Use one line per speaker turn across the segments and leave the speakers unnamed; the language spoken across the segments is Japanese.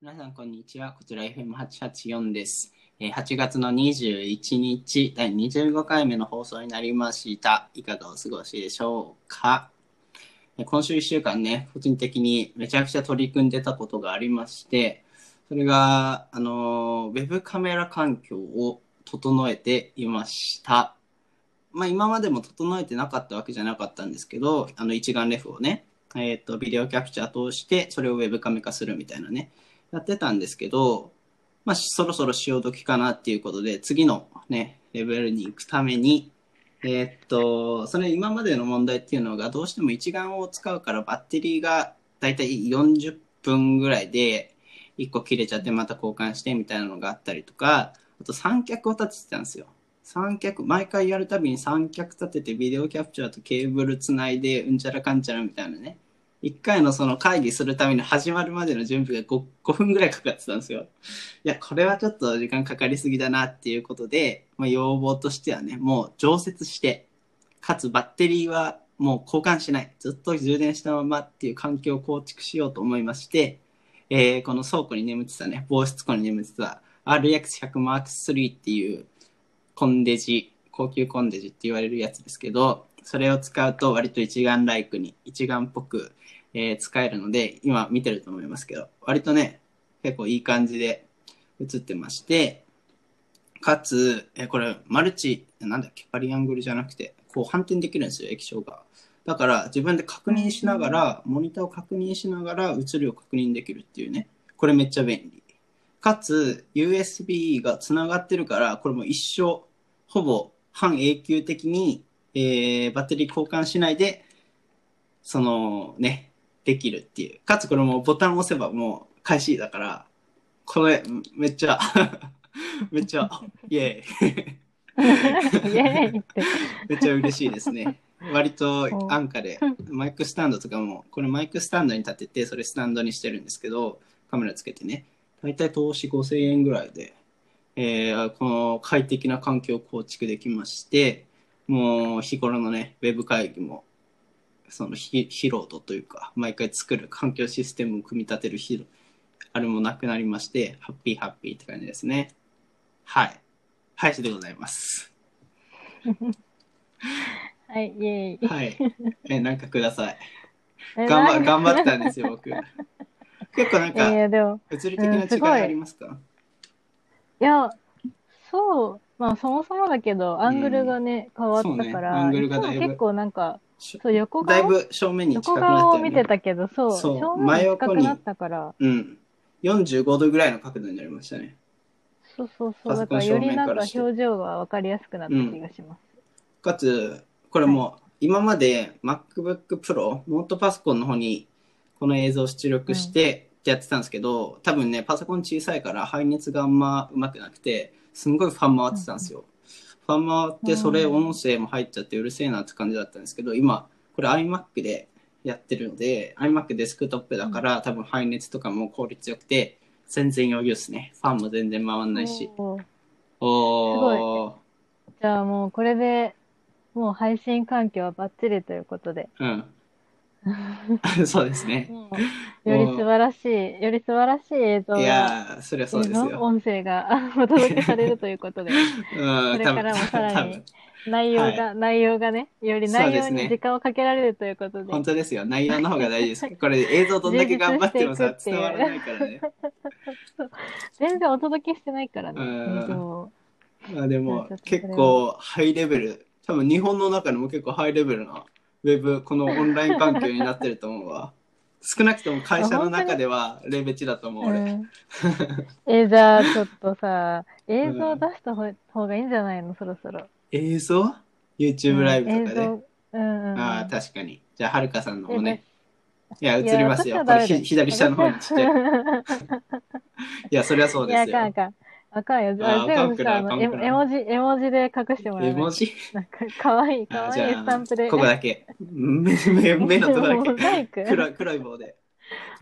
皆さん、こんにちは。こちら FM884 です。えー8月の21日、第25回目の放送になりました。いかがお過ごしでしょうか。えー今週1週間ね、個人的にめちゃくちゃ取り組んでたことがありまして、それが、あのー、ウェブカメラ環境を整えていました。まあ、今までも整えてなかったわけじゃなかったんですけど、あの一眼レフをね、えっ、と、ビデオキャプチャー通して、それをウェブカメ化するみたいなね、やってたんですけど、まあ、しそろそろ潮時かなっていうことで、次のね、レベルに行くために、えーっと、それ今までの問題っていうのが、どうしても一眼を使うからバッテリーがだいたい40分ぐらいで、1個切れちゃってまた交換してみたいなのがあったりとか、あと三脚を立ててたんですよ。三脚、毎回やるたびに三脚立ててビデオキャプチャーとケーブルつないで、うんちゃらかんちゃらみたいなね。一回のその会議するために始まるまでの準備が 5, 5分ぐらいかかってたんですよ。いや、これはちょっと時間かかりすぎだなっていうことで、まあ、要望としてはね、もう常設して、かつバッテリーはもう交換しない。ずっと充電したままっていう環境を構築しようと思いまして、えーこの倉庫に眠ってたね、防湿庫に眠ってた RX100M3 っていうコンデジ、高級コンデジって言われるやつですけど、それを使うと割と一眼ライクに、一眼っぽくえー使えるので、今見てると思いますけど、割とね、結構いい感じで映ってまして、かつ、えーこれ、マルチ、なんだっけ、バリアングルじゃなくて、こう反転できるんですよ、液晶が。だから、自分で確認しながら、モニターを確認しながら、映りを確認できるっていうね、これめっちゃ便利。かつ、USB がつながってるから、これもう一生、ほぼ半永久的に、えーバッテリー交換しないで、そのね、できるっていう。かつこれもボタンを押せばもう開始だから、これめっちゃ、 めっちゃ、イエーイ。
イエーイって。
めっちゃ嬉しいですね。割と安価で、マイクスタンドとかも、これマイクスタンドに立てて、それスタンドにしてるんですけど、カメラつけてね、大体投資5000円ぐらいで、えーこの快適な環境を構築できまして、もう日頃のね、ウェブ会議も、そのひ疲労度というか、毎回作る環境システムを組み立てる疲労、あれもなくなりまして、ハッピーハッピーって感じですね。はい。林でございます。
はい、イエーイ。
はい。え、なんかください。
え
頑張
なん
頑張ったんですよ、 僕。結構なん
いやい
か、
や、でも、
物理的な
うんす
違い
ごい
ありますか、
いや、そう、まあ、そもそもだけど、アングルがね、変わったか
そうねア
ら、
ングルが
いつも
だいぶ
結構なんか、
し
そう、横
だい
顔、
ぶ正面に近
横
くな
顔
った
を
よ、ね。
見てたけど、そう、
そう
正
真
面に
横
近
に
くなったから、
うん。45度ぐらいの角度になりましたね。
そうそうそ
パ
う、
ソ
だ
コ
か
ン
らより
正面
なん
か
から
して
表情がわかりやすくなった気がします。
かつ、これも、今まで MacBook Pro、ノートパソコンの方に、この映像を出力してってやってたんですけど、多分ね、パソコン小さいから排熱があんまうまくなくて、すんごいファン回ってたんですよ。ファン回って、それ音声も入っちゃってうるせえなって感じだったんですけど、今、これ iMac でやってるので、iMac デスクトップだから、多分排熱とかも効率よくて、全然余裕ですね。ファンも全然回んないし。
そう
おー。
じゃあもう、これで、もう配信環境はバッチリということで、
うん。そうですね。
もうより素晴らしい、より素晴らしい映像が
いやー、そりゃそうです
映像
よ。
音声が お届けされるというこ とで、
うん、
これからもさらに
多分
内容が、内容がね、より内容
そうですね
に時間をかけられるということで、
本当ですよ。内容の方が大事です。 これ映像どんだけ頑張ってもさ、
充実してい
伝
くっていう
わらないからね。
全然お届けしてないからね、
うん
映像を
まあでも
ちょっと それ
結
は
構ハイレベル、多分日本の中でも結構ハイレベルなウェブ、このオンライン環境になってると思うわ。少なくとも会社の中ではレベチだと思う、
う
俺。
んえ、じゃあちょっとさ、映像出したほ方がいいんじゃないの、そろそろ。
映像 ?YouTube ライブとかで。
映像、うんうんうん。
ああ、確かに。じゃあ、はるかさんのもね。いや、映
え
ります
い
よ。
や
こ
私はダ
れ
メだ
ひ左下の方にちっ ちゃい。いや、そりゃそう
い
で
や、あ
す
かんあ
よ。
かん。あかんよ。
あ
あ
あ
全
かん
部
く
さ、
らい
あの
あかん
絵
くらい
絵文字、絵文字で隠してもら
絵文
わないと。
字
なんか、かわいい、か
あ
わいい
じゃあ
スタンプで。
ここだけ。目目目のとこ
モ
だ
ザイ
け。
ク
黒い黒い棒で。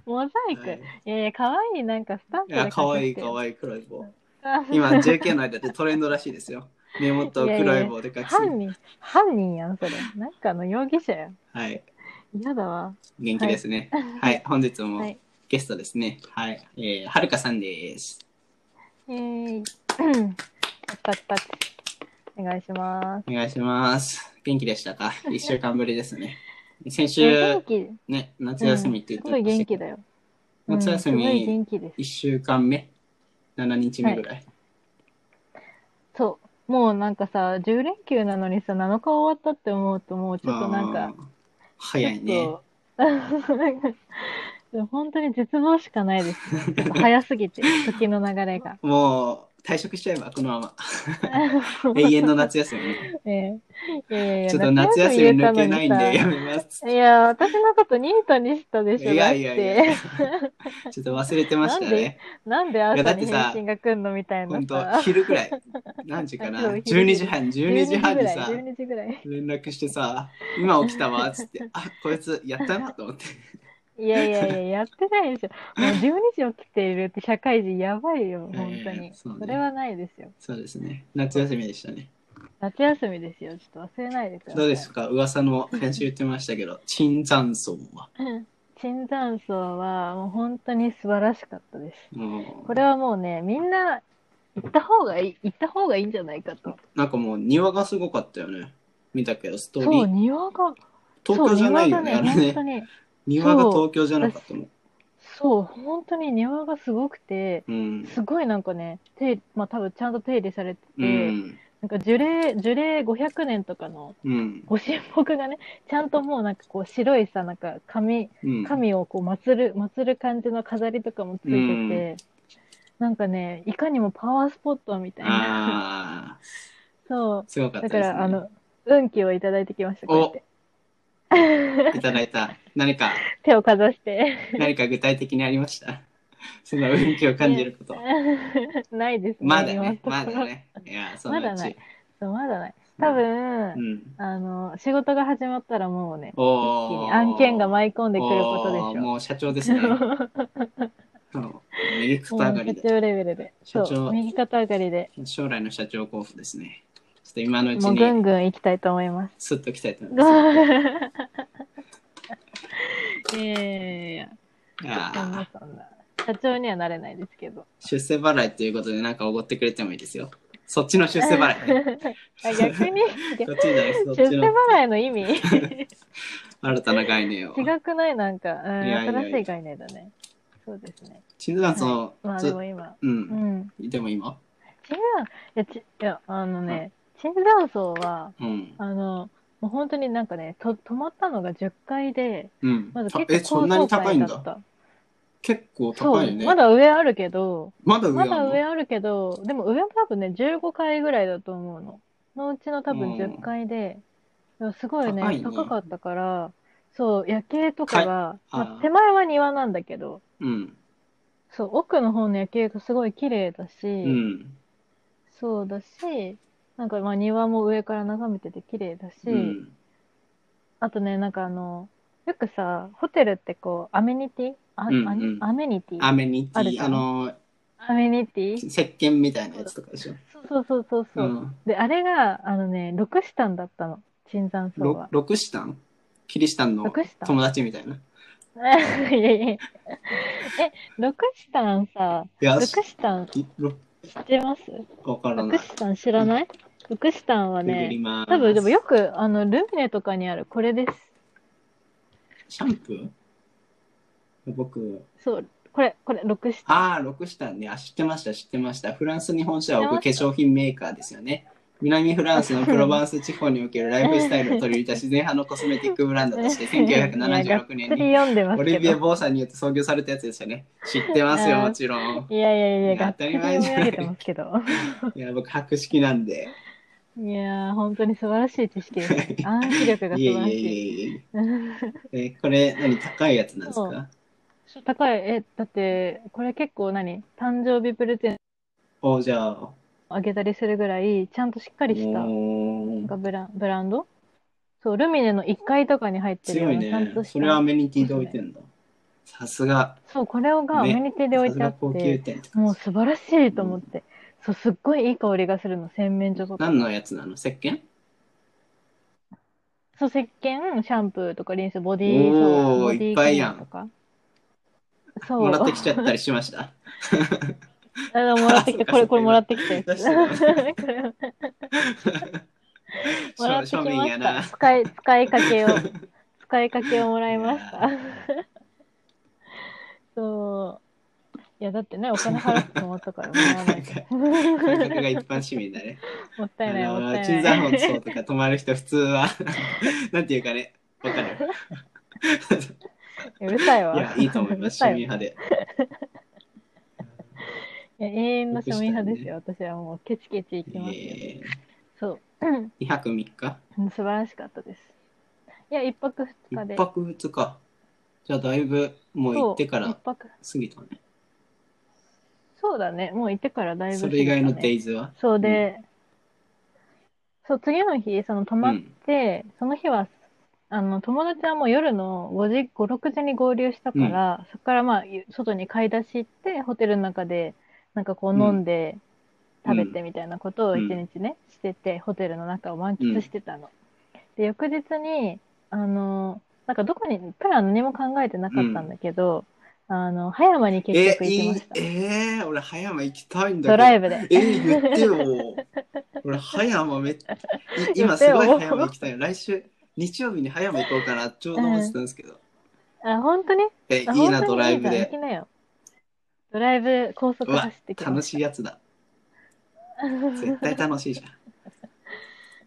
モザイク。
はい
いやいや、かわいい、なんかスタンプ
いや、
で隠して。
かわいいかわいい黒い 棒。
あ
今、JK の間でトレンドらしいですよ。目元を黒い棒で隠す。
犯人、犯人やん、それ。なんかの容疑者やん。
はい。
嫌だわ。
元気ですね。はい、本日も
はい
ゲストですね。はい。えー、はるかさんです。
えーい。パチパチパチ。お願いします。
お願いします。元気でしたか一週間ぶりです ね。先
え
週
元、気。
ね、夏休みって言
す
って
ごい
ました
元
け
気
ど
だよ。
夏休
うんすごい
み
元気です。
一週間目 ?7 日目ぐらい。
そう。もうなんかさ、10連休なのにさ、7日終わったって思うと、もうちょっとなん
あ
か、
ー早いね。
そう なんか本当に絶望しかないです。ちょっと早すぎて、時の流れが。
もう退職しちゃえばこのま ま。永遠の夏休みね。
ええいやいやいや
ちょっと夏休み抜けないんでや
入れたのに
めます
さ。いや、私のことニートにしたで
い
しょ。
やいやい
だ
や
って、。
ちょっと忘れてましたね。
なんで朝に
いやだってさ
返信が来んのみたいな
本当
さ。
昼ぐらい。何時かな
そう
?12 時半、12時半にさ、
12時ぐらい。12時ぐら
連
い
絡してさ、今起きたわっつって、あこいつやったなと思って。
いやいやいや、やってない でしょ。もう12時起きているって社会人やばいよ、本当
いやい
に。
やそうね
それはないですよ。
そうですね。夏休みでしたね。
夏休みですよ。ちょっと忘れないでください。
どうですか噂の先週言ってましたけど、椿山村は。
椿山荘はもう本当に素晴らしかったです。
も
こ
う
れはもうね、みんな行った方がいい、行った方がいいんじゃないかと。
なんかもう庭がすごかったよね。見たけど、ストーリ
そう、
ー。
庭が、
東京じゃないよね、
そ
あ
う
れ
庭がね、本当
ね。
に、
庭が東京じゃなかったもん。
そう、本当に庭がすごくて、
うん。
すごいなんかね、手まあ多分ちゃんと手入れされてて、
うん。
なんか樹齢、樹齢500年とかの
うん。
ご神木がね、ちゃんともうなんかこう白いさ、なんか紙、
うん。
神をこう祀る、祀る感じの飾りとかもついてて、
うん
なんかね、いかにもパワースポットみたいな。
ああ、
そう。
すごかったで
だ
す、
か
ね。
ら、あの、運気をいただいてきました、こうやって。
いただいた。何か、
手をかざして。
何か具体的にありました その運気を感じること。
ないですね。
まだ
今の
ね
と、ころ
まだ。ね。いや、そのうち。
まだないそうまだない。多分、
うん。
あの、仕事が始まったらもうね、一気
お
に
ー
案件が舞い込んでくることでし
おー
ょ
もう社長です ね。そう右肩上が
う
り
ん
で
社。長レベルで。
社
そ
長
う、右肩上がりで、
将来の社長候補ですね。ちょっと今のうち
もうぐん
に、
ぐん行きたいと思います。
すっときたいと思います。
い
い
やいやいや、そん
や
なそんな。社長にはなれないですけど。
ー出世払いということで、なんかおごってくれてもいいですよ。そっちの出世払いね。
あ逆に、
そっちじゃない、そっ
出
ち
世
の
払いの 意味
新たな概念を。
違くないなんか、うん
いやいやいや
新しい概念だね。そうですね。
チンズダンスの、
まあ
ず
でも今、
う。
うんん。
でも今
チンダン、いや、ちいやあのね、チンダンソーは、
うん。
あの、もう本当になんかね、と止まったのが10階で、
うん
まだ。
た
結
え、
構
そんな
高
に高いん
階だっ
だ。
た。
結構
そ
高いよ
う、
ね。
まだ上あるけど、
まだ上
ま
あん
だ
の
上あるけど、でも上も多分ね、15回ぐらいだと思うの。のうちの多分
うん
10回で、でもすごいね
高いね
高かったから、そう、夜景と
は
かが、
い
ま
あー
あ、手前は庭なんだけど、
うん。
そう、奥の方の夜景がすごい綺麗だし、
うん。
そうだし、なんかまあ庭も上から眺めてて綺麗だし、
うん。
あとね、なんかあの、よくさ、ホテルってこう、アメニティあ
うんうん
アニアメニティ
アメニテ
ある
ィ、
じゃ
あ
ん
の、
アメニティ
石鹸みたいなやつとかでしょ。
そうそうそうそうそうう。
ん。
で、あれが、あのね、ロクシタンだったの。椿山荘
ろ
は。
ロクシタンキリシタンの
ロクシタン
友達みたいな。い
いやいやえ、ロクシタンさ、ロ
や、
クシタン知
ろ
ってます
わから
ロ
な
ク
い。
シタン知らないロクシタンは
ググり
ね、
ます。
多分でもよく、あの、ルミネとかにあるこれです。
シャンプー僕、
そう、これ、これ、ロクシタン。
ああ、ロクシタンね。あ、知ってました、知ってました。フランスに本社を置く化
知ってました
粧品メーカーですよね。南フランスのプロバンス地方におけるライフスタイルを取り入れた自然派のコスメティックブランドと して、1976
い
年
やがっつり
に
読んでます
オリ
け
ビエ・
ど。
ボーさんによって創業されたやつですよね。知ってますよ、
あー
もちろん。
いやいやいや、がっつり
当たり前
読み
じゃない
上げてますけど。
いや、僕、博識なんで。
いやー、本当に素晴らしい知識 です。暗記力が素
いえい
晴ら
え
しい。
いえいえ。え、これ、何、高いやつなんです
そ
か
高い、え、だって、これ結構何誕生日プレゼント
お、じゃあ。
あげたりするぐらい、ちゃんとしっかりしたなん
おー
かブランブランドそう、ルミネの1階とかに入ってるよ
強
う
い
な、ちゃ
ね
んと。し
それはア
た。
メニティで置いてんだ。さすが。
そう、これをがア
ね
メニティで置
さ
い
す
てあ
が
っ
高級
て、
店って感じ
もう素晴らしいと思って。そう、すっごいいい香りがするの、洗面所とか。
何のやつなの石鹸
そう、石鹸、シャンプーとかリンス、ボディ
お
ー、
ー
そうボディ
いっ
ー
ぱい
ケ
や
ア
ん
とか。そう。
もらってきちゃったりしま した。
あのもら ってきて、これ、これもらってきて。
出してます
これもらってき
庶民
ま
や
し
な
た。。使い、使いか けを、使いかけをもらいました
いや。
そう。いや、だってね、お金払ってもらったからもらわないと。
感覚が一般市民だね。
もったいない、
あ
も
の
った
椿
い
山
ない。
本荘とか泊まる人普通は なんていうかねわ かる
うるさいわ。
いやいいと思いう
る
ます
さ
市
いわ
民派で
いや永遠の庶民派ですよ、私はもうケチケチいきますよ、
え
そう
ー、2泊3日
うん素晴らしかったですいや一泊二日で
1泊2日じゃあだいぶもう行ってか
そう一
ら
泊
過ぎたね
そうだねもう行ってからだいぶ
それ以外の
過ぎた
デ
ね
イズは
そうで、そう次の日その泊まって、その日はあの友達はもう夜の5時56時に合流したから、そこからまあゆ外に買い出し行ってホテルの中でなんかこう飲んで、
うん
食べてみたいなことを一日ね、しててホテルの中を満喫してたの。で翌日にあのなんかどこにプラン何も考えてなかったんだけど、あの葉山に結
え
局行き
い
ま
い
した。
えー、俺葉山行きたいんだけど
ドライブで。
えー、言ってよ俺葉山めっい今すごい葉山行きたいよ来週日曜日に葉山行こうかなちょうど思ってたんですけど、
あ本当に
え
あ
いい
本当
な
に
ドライ
じ
ブ
ゃん
で
行きなよドライブ高速走ってき
楽しいやつだ絶対楽しいじ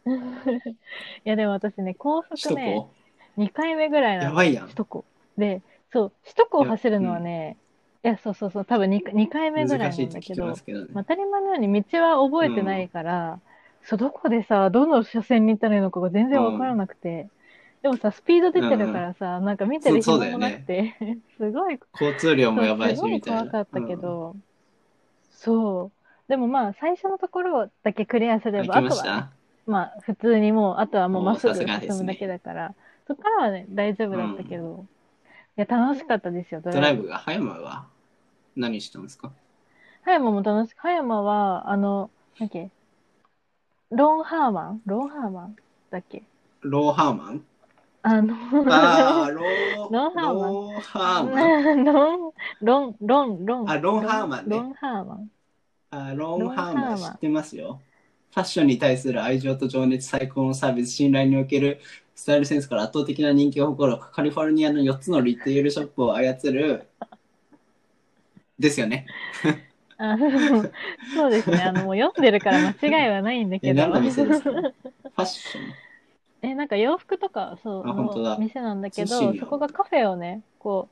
ゃん
い。いやでも私ね、高速
首都
ね、
高
2回目ぐらいな
や
の。
ばいやん
首都高。で、そう、首都高を走るのはね、いや、そうそうそう、多分 2, 2回目ぐら
難
いな
しい
ん
って
だ
聞
け
き
ど、
ますけどね
当たり前のように道は覚えてないから、そう、どこでさ、どの車線に行ったらいいのかが全然わからなくて、でもさ、スピード出てるからさ、なんか見てる
そうそ
暇
うだよ
も
ね
なくて、 すごい
交通量もやばい
す
し
ごい
みたいな
怖かったけど、そうでもまあ最初のところだけクリアす
うん
れ
行
ばあ
きま
と
し
はね
た
まあ普通にもうあとはもうまっすぐ
もうさす
進
がですね
むだけだから、そこからはね大丈夫だったけど、いや楽しかったですよド
ドラ
ライ
イ
ブ
ブが葉山は何したんですか
葉山も楽しく葉山はあのなんだっけロンハーマンロンハーマンだっけ
ローハーマ ン
あの
ああロー
ローハーマン
ローハーマン
ロンロンロンロン
あロンハーマンね
ロンハーマン
あローハーマ
ローハ
ン
ーマン
知ってますよファッションに対する愛情と情熱最高のサービス信頼におけるスタイルセンスから圧倒的な人気を誇るカリフォルニアの4つのリテールショップを操るですよね
あのそうですね、あのもう読んでるから間違いはないんだけ
え、何
ど
の、店ですかファッション
え、なんか洋服とかそう
あ
の
本当だ
店なんだけ
寿司
ど、
にある
そこがカフェをね、こ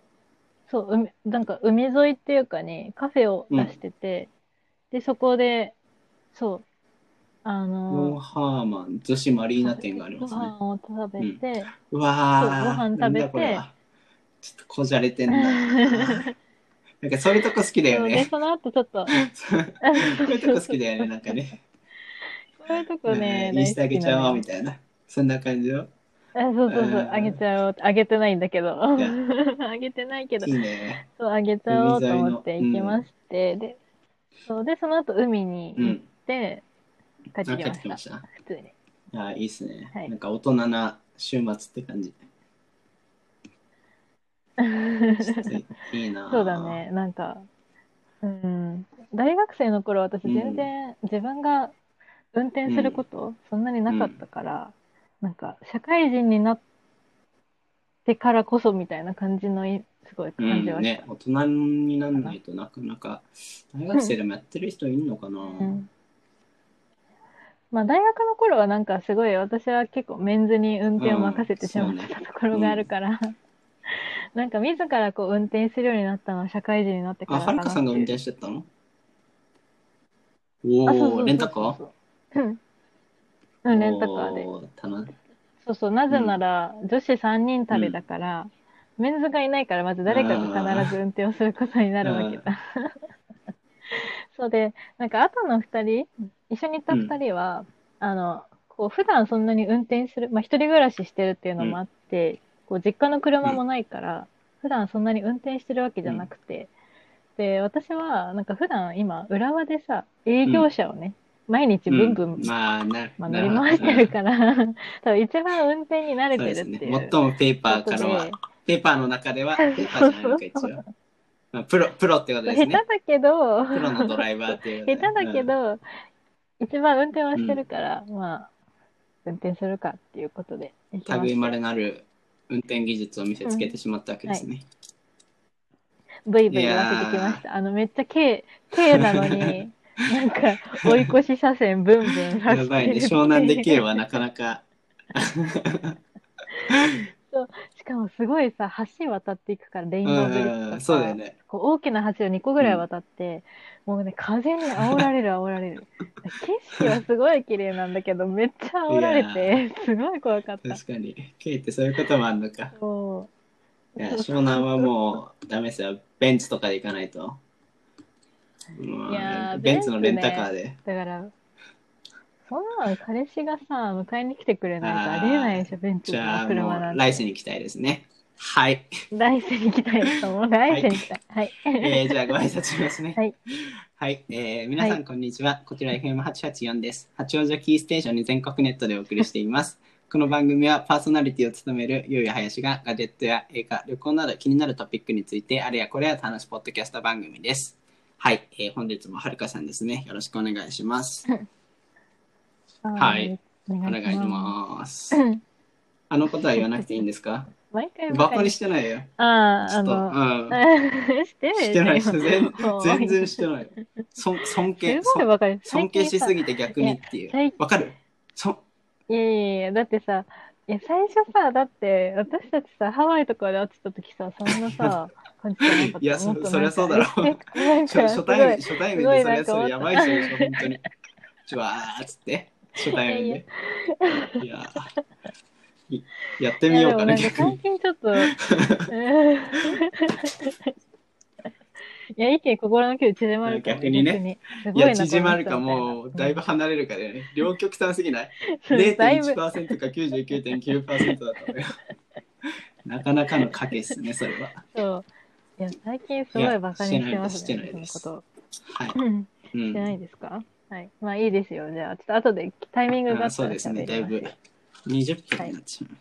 う、そう、海なんか海沿いっていうかにカフェを出してて、で、そこで、そう、
ロ
あ
ー
の、
ハーマン女子マリーナ店があります
ご
ね
飯を食べて、
うわ
そ
ー
うご飯食べて
なんだこれはちょっとこじゃれてん ななんかそういうとこ好きだよ
そうで、
ね
その後ちょっと、
そうそういうとこ好きだよねなんかね
そういうとこね、
インスタあ
大好
げ
き
ちゃお
な
う
の
みたいなそんな感じよ
あそうそうそうう、
ん
あげちゃおう、あげてないんだけど、
や
あげてないけど
い、いね
そう、あげちゃおうと思って行きまして、で、そう、で、その後海に
う
行っ
ん
て、帰
あ
って
帰
き
っ
ま
て
した。
きました
普通に。
いやいいっすね、
はい
なんか大人な週末って感じちょっといいな
そうだね、なんか、うん、大学生の頃私全然自分が運転すること、そんなになかったから、なんか、社会人になってからこそみたいな感じのい、すごい感じ
う
は
ん、
し
ね
た。
大人にならないとなかなか大学生でもやってる人いるのかな、
うんまあ、大学の頃はなんかすごい私は結構メンズに運転を任せてしまっ
うん
て
そう
たところがあるから、なんか自らこう運転するようになったのは社会人になってか
あ
ら
は
か
る
な
か
って
さんが運
いう。
転してたの
あ、そう
お
そ
お
う
レンタカ
そう
ー
そうそううん、うんレンタカーで。
おーたの
そうそう、なぜなら女子3人旅だから、メンズがいないからまず誰かが必ず運転をすることになるわけだ。 そうで、なんか後の2人、一緒に行った2人は、あの、こう普段そんなに運転する、まあ一人暮らししてるっていうのもあって、こう実家の車もないから、普段そんなに運転してるわけじゃなくて、で、私はなんか普段今、浦和でさ、営業車をね、毎日ブンブン
うんまあな
まあ、
な
乗り回してるから、 多分一番運転に慣
う
れ
んそう
て
です
るって
ね
いう
最もペーパーから
ことで
はペーパーの中ではペーパーじゃないのか一応まあプロ、プロってこと
下
で
手
す
だ
ね。
けど、
プロのドライバーっていう、
下手だけ、ど、一番運転はしてるから、まあ、運転するかっていうことで行きま
うん、類
し
ま
た。
れなる運転技術を見せつけてしまったわけですね。
ブイブイ言わせてきました。あの、めっちゃ軽、軽なのに、 なんか、追い越し車線ブンブン走ってる
やばいね、湘南で K はなかな か。
しかもすごいさ、橋渡っていくから、レインボーブリッジとか、
うんそうだよね。
こう大きな橋を2個ぐらい渡って、もうね、風に煽ら れる、煽られる。景色はすごい綺麗なんだけど、めっちゃ煽られて、すごい怖かった。
確かに。K ってそういうこともあんの か。
そ。
いうや湘南はもうダメですよ。ベンツとかで行かないと。
いやー
うんベンツのレンタカーで。
だから、そんなの彼氏がさ、迎えに来てくれないと
あー
ありえないでしょ、ベンツ
じゃ
の
あも
車な
うん来
て。
世に行きたいですね。はい。
来世に行きたいです。もう来世に行きたい。はい。
えー、じゃあご挨拶しますね。
はい。
はい、えー皆さ
は
んこんにちは。こちら FM884 です。八王子をキーステーションに全国ネットでお送りしています。この番組はパーソナリティを務めるゆうやはやしがガジェットや映画、旅行など気になるトピックについてあれやこれやと話すポッドキャスト番組です。はい、えー本日もはるかさんですね。よろしくお願いします。はい。
お
お願
願
い
い
し
しま
ます
す。。
あのことは言わなくていいんですか
毎回
バカに
し
してないよ。
あ
ち
あ、
ょ
あ
っと、
の、
う
してる
ん。
でしょ
してないして全
もう
全然してない。そん尊敬
すごいわかる。
尊敬しす
ぎ
ぎて逆にってい
いや最
う。わかるそ
いやいやいや、だってさ、いや最初さ、だって私たちさ、ハワイとかで会ってた時さ、そん なさ、感じじゃなかっ
い
た。
やそ
もっとなん
そり
か
ゃそうだろう
リスペクトなん
初
かす
初
ごい
対面初対面でそれ
すご
そ
い
れや
なんか
ばい人でしょ、本当に。じわーっつって、初対面で。いやーいやって
い
み
や
よ
で
う
も
か
な
な、
んか
逆
最
に。
近ちょっと、うんい や、意見心の距離縮まるかも
逆にね
逆にす
い
ごい
や、
なこの人
縮まるか
みたいな
もう、だいぶ離れるかだよね。両極端すぎない
うんだいぶ
?0.1% か99.9%だったのよ。なかなかの賭けですね、それは。
そう。いや、最近すごいバカにしてますね、
いやしてないです
そのこ
はい。
と。うん
う
してない
ん。
ですかはい。まあいいですよ。じゃあ、ちょっと後でタイミングがあ
あ
った
そう
ら
ですね、
喋
だ
り
い
ます
ぶ20分になってしまう。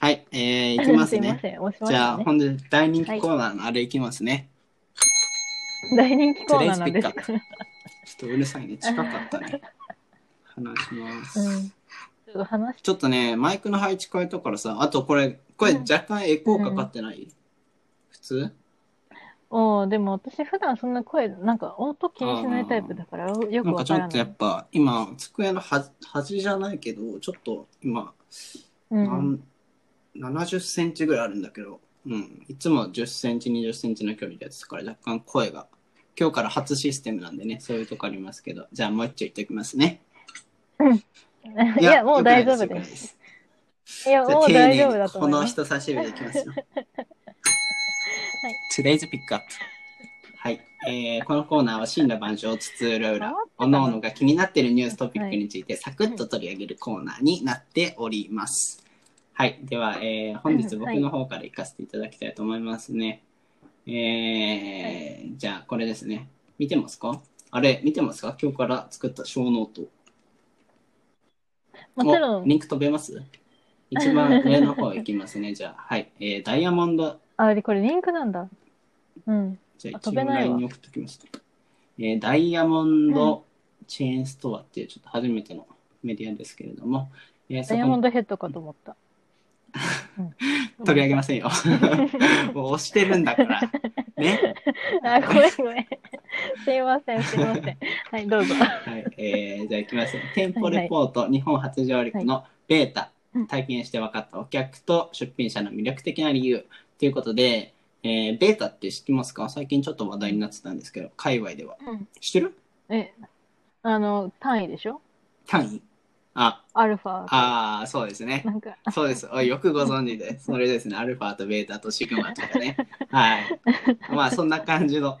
はい、えー、いきます
い
ね
ま。せん、押しまし
じゃ
た
あ、
ね。
本日大人気コーナーのあれいきますね。
大人気コーナーなんですか。
ちょっとうるさいね。近かった ね。話します。
うん。ちょっと話し
ちょっとね、マイクの配置変えたからさ、あとこれ、これ
うん
若干エコーかかってない、普通
おおでも私普段そんな声、なんか音気にしないタイプだから、よ
な
く
んか
わ
ち
か
ょ
ら
っと
な
やっ
い。
ぱ、今、机のは端じゃないけど、ちょっと今、
うん。
なん70センチぐらいあるんだけど、うん、いつも10センチ、20センチの距離でやってたから、若干声が。今日から初システムなんでね、そういうとこありますけど、じゃあもう一丁いっときますね。
いや、もう大丈夫です。
す。
いや、もう
じゃあ
大丈夫だと
こ
思い
の
ます。
人差し指でいきます よ。Today's Pickup。はい、えーこのコーナーは真羅万象、津々浦々、おのおのが気になっているニューストピックについてサクッと取り上げるコーナーになっております。はい、では、えー本日僕の方から行かせていただきたいと思いますね。えーじゃあこれですね。見てますかあれ、見てますか今日から作った小ノート。
もちろ
お
ん、
リンク飛べます一番上の方行きますね。じゃあ、はい。えーダイヤモンド、
あ、これリンクなんだ。うん。
じゃあ
あ
一応
飛べないわ
LINE に送っときます、えーダイヤモンドチェーンストアっていうちょっと初めてのメディアですけれども、えーそ
ダイヤ
こ
モン
に
ドヘッドかと思 った。うん
取り上げま せんよ。もう押してるんだから。ね。
あ、ごめんごめん。 すいません、すいません。はい、ど うぞ。
はい。えーじゃあ行きますね。店舗レポート、日本初上陸のベータ、
うん
体験して分かったお客と出品者の魅力的な理由ということで、えーベータって知ってますか最近ちょっと話題になってたんですけど、界隈では。
うん
知ってる
え、あの、単位でしょ
単位あ、
アルファ。
ああ、そうですね
な。んか、
そうです。おいよくご存知 で。それですね。アルファとベータとシグマとかね。はい。まあ、そんな感じの、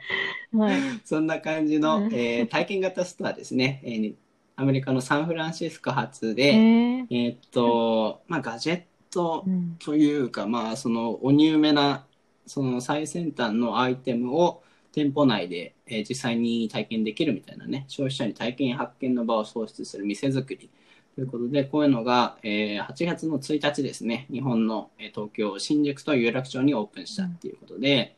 はい。
そんな感じの
う、ん
えー体験型ストアですね。えーアメリカのサンフランシスコ発
え
で、
ー
えーっと、まあ、ガジェット
うん
というか、まあ、その、おにゅうめな、その最先端のアイテムを店舗内で、えー実際に体験できるみたいなね、消費者に体験発見の場を創出する店づくりということで、こういうのが、えー8月の1日ですね、日本の、えー東京、新宿と有楽町にオープンしたっていうことで、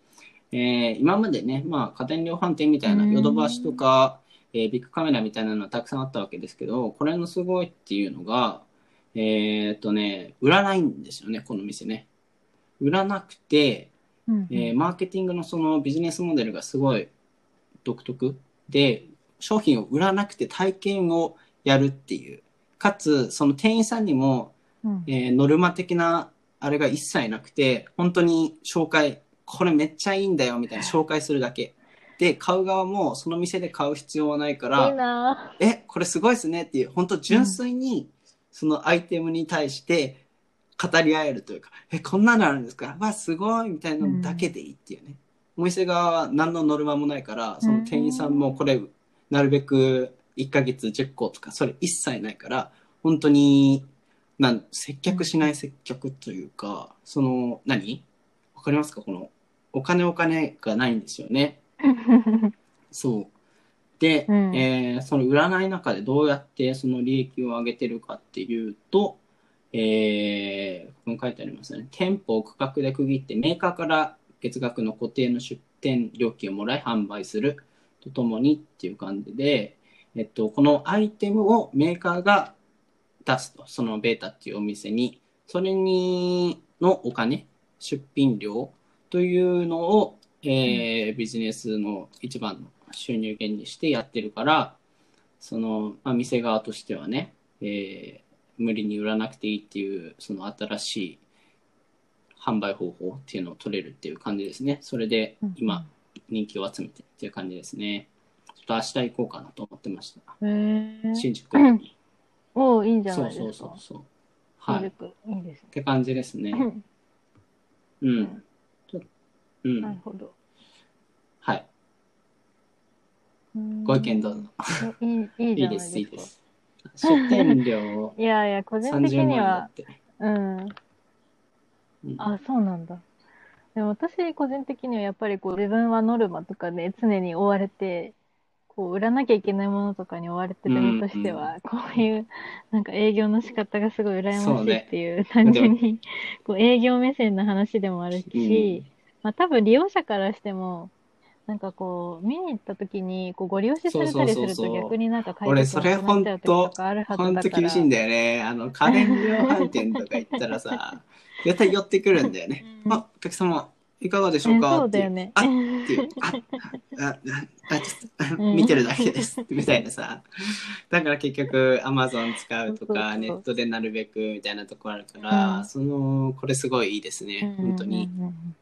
えー今までね、まあ、家電量販店みたいな
うん
ヨドバシとか、えービッグカメラみたいなのたくさんあったわけですけどこれのすごいっていうのがえーっとね売らないんですよねこの店ね売らなくて、
うん
えーマーケティングのそのビジネスモデルがすごい独特で商品を売らなくて体験をやるっていうかつその店員さんにも
うん
えーノルマ的なあれが一切なくて本当に紹介これめっちゃいいんだよみたいな紹介するだけで買う側もその店で買う必要はないか
いい
ら
な
えこれすごいですねっていう本当純粋にそのアイテムに対して語り合えるというか、えこんなのあるんですかわすごいみたいなのだけでいいっていうね、お店側は何のノルマもないからその店員さんもこれなるべく1ヶ月10個とかそれ一切ないから本当になん接客しない接客というかその何わかりますかこのお金お金がないんですよね。
ぁ
そう。で、
うん
えーその占い中でどうやってその利益を上げてるかっていうと、えー、ここに書いてありますね。店舗を区画で区切ってメーカーから月額の固定の出店料金をもらい販売するとともにっていう感じで、えっと、このアイテムをメーカーが出すと、そのベータっていうお店に、それにのお金、出品料というのを、えービジネスの一番の収入源にしてやってるから、その、まあ、店側としてはね、えー無理に売らなくていいっていう、その新しい販売方法っていうのを取れるっていう感じですね。それで今、人気を集めてっていう感じですね。ちょっと明日行こうかなと思ってまし
へ
た。
ー
新宿に。
おーいいじゃ
そ
な
う
い
そう
です
そ
か
うそう。は
新
い。っ
宿いいです
て感じですね。
ね
うん。ちょう
なる
ん。
ほど
はい。ご意見どうぞ。
いいいい
い
じ
い
ゃな
で
いです
す、
か
いいです。出店料
いやいや個人
30
的
万
に
円だ
は
って。
うん
うん
あ、そうなんだ。でも私個人的にはやっぱりこう自分はノルマとかで常に追われて、こう売らなきゃいけないものとかに追われてる身としては、こういうなんか営業の仕方がすごい羨
そ
ま
う
しい
ね
っていう単純にこう営業目線の話でもあるし、まあ多分利用者からしても、なんかこう見に行った時にこうご利用しされた
そ
りする
うそうそうそう
と逆になんか解
俺
決
それ
なくなっちゃう時
ほんと
とかあるはず
ほん
だ
と
から
厳しいんだよね。あの、家電量販店とか行ったら さ、絶対寄ってくるんだよね。
うん
あ、お客様、いかがでしょ
え
うか
そう
って
だ
い
よ
う
ね。
あっていう、あ、あ、あ、あちょっと、
う ん
見てるだけです、みたいなさ。だから結局、アマゾン使うと
そうそう
か、
そう
ネットでなるべくみたいなところあるから、
うん
その、これすごいいいですね、本当に。
うんうんうんうん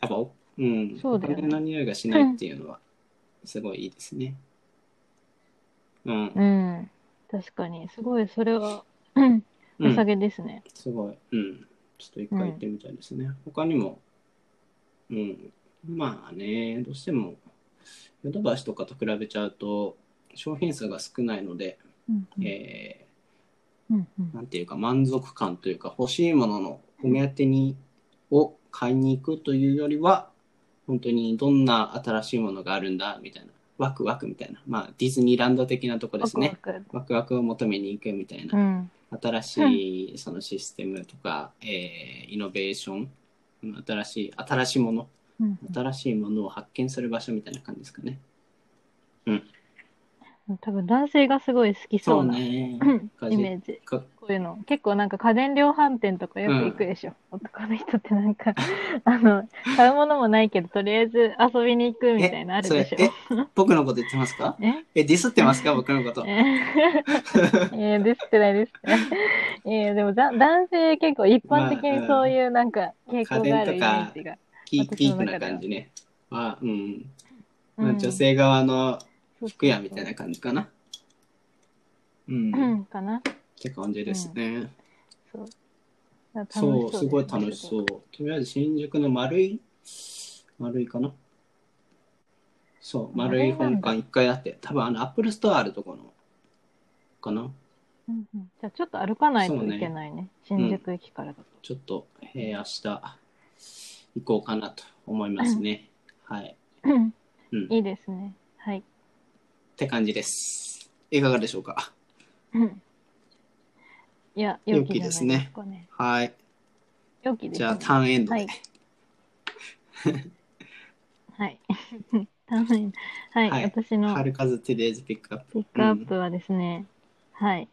やっぱ、おうん、
そうだよね
お金の匂いがしないっていうのは、すごいいいですね。うん。
うん。確かに、すごい、それは、うん、
う
良さ
ん、
げですね。
すごい。うん。ちょっと一回行ってみたいですね。他にも、うん。まあね、どうしても、ヨドバシとかと比べちゃうと、商品数が少ないので、
うん、
え
うん、
ーなんていうか満足感というか欲しいもののお目当てにを買いに行くというよりは本当にどんな新しいものがあるんだみたいなワクワクみたいなまあディズニーランド的なとこですね
ワクワク
ワクワクを求めに行くみたいな
うん、
新しいそのシステムとか、えーイノベーションうん新しい新しいもの
うん、
新しいものを発見する場所みたいな感じですかね
うん多分男性がすごい好き
そ
そううな、
ね
うんイメージ。
か
こういうの。結構なんか家電量販店とかよく行くでしょ。男の人ってなんか、 あの、買うものもないけど、とりあえず遊びに行くみたいなのあるでしょ
え。それえ僕のこと言ってますか
え
え、ディスってますか僕のこと。
え ーいや、ですってないですってない。いや、でもだ男性結構一般的にそういうなんか傾向があるイメージが。
キー
私
キー
の
ク
中で
な
は
感じね。は、うん。
うん
まあ女性側の服屋みたいな感じかな。うん。
う
っ
ん、かな。
て感じですね。
そう。楽し
そう、すごい楽し
う
そう。とりあえず新宿の丸い、丸いかな。そう、丸い本館1階だって。多分あの、アップルストアあるとこの、かな。
ですね。うんうんじゃあちょっと歩かないといけないね。
ね
新宿駅からだと。
ちょっと、えー明日、行こうかなと思いますね。はい。 うん。
いいですね。はい。
って感じです。いかがでしょうか。
うんいや、良きじ
良き
ゃない
ですね
ですかね。
はい。
良きで す
じゃあ、
ね。
ターンエンドで。
はいはい。 楽しみはい、
はい
私の
はるかずトゥデイズピックアップ。
ピックアップはですね、はい。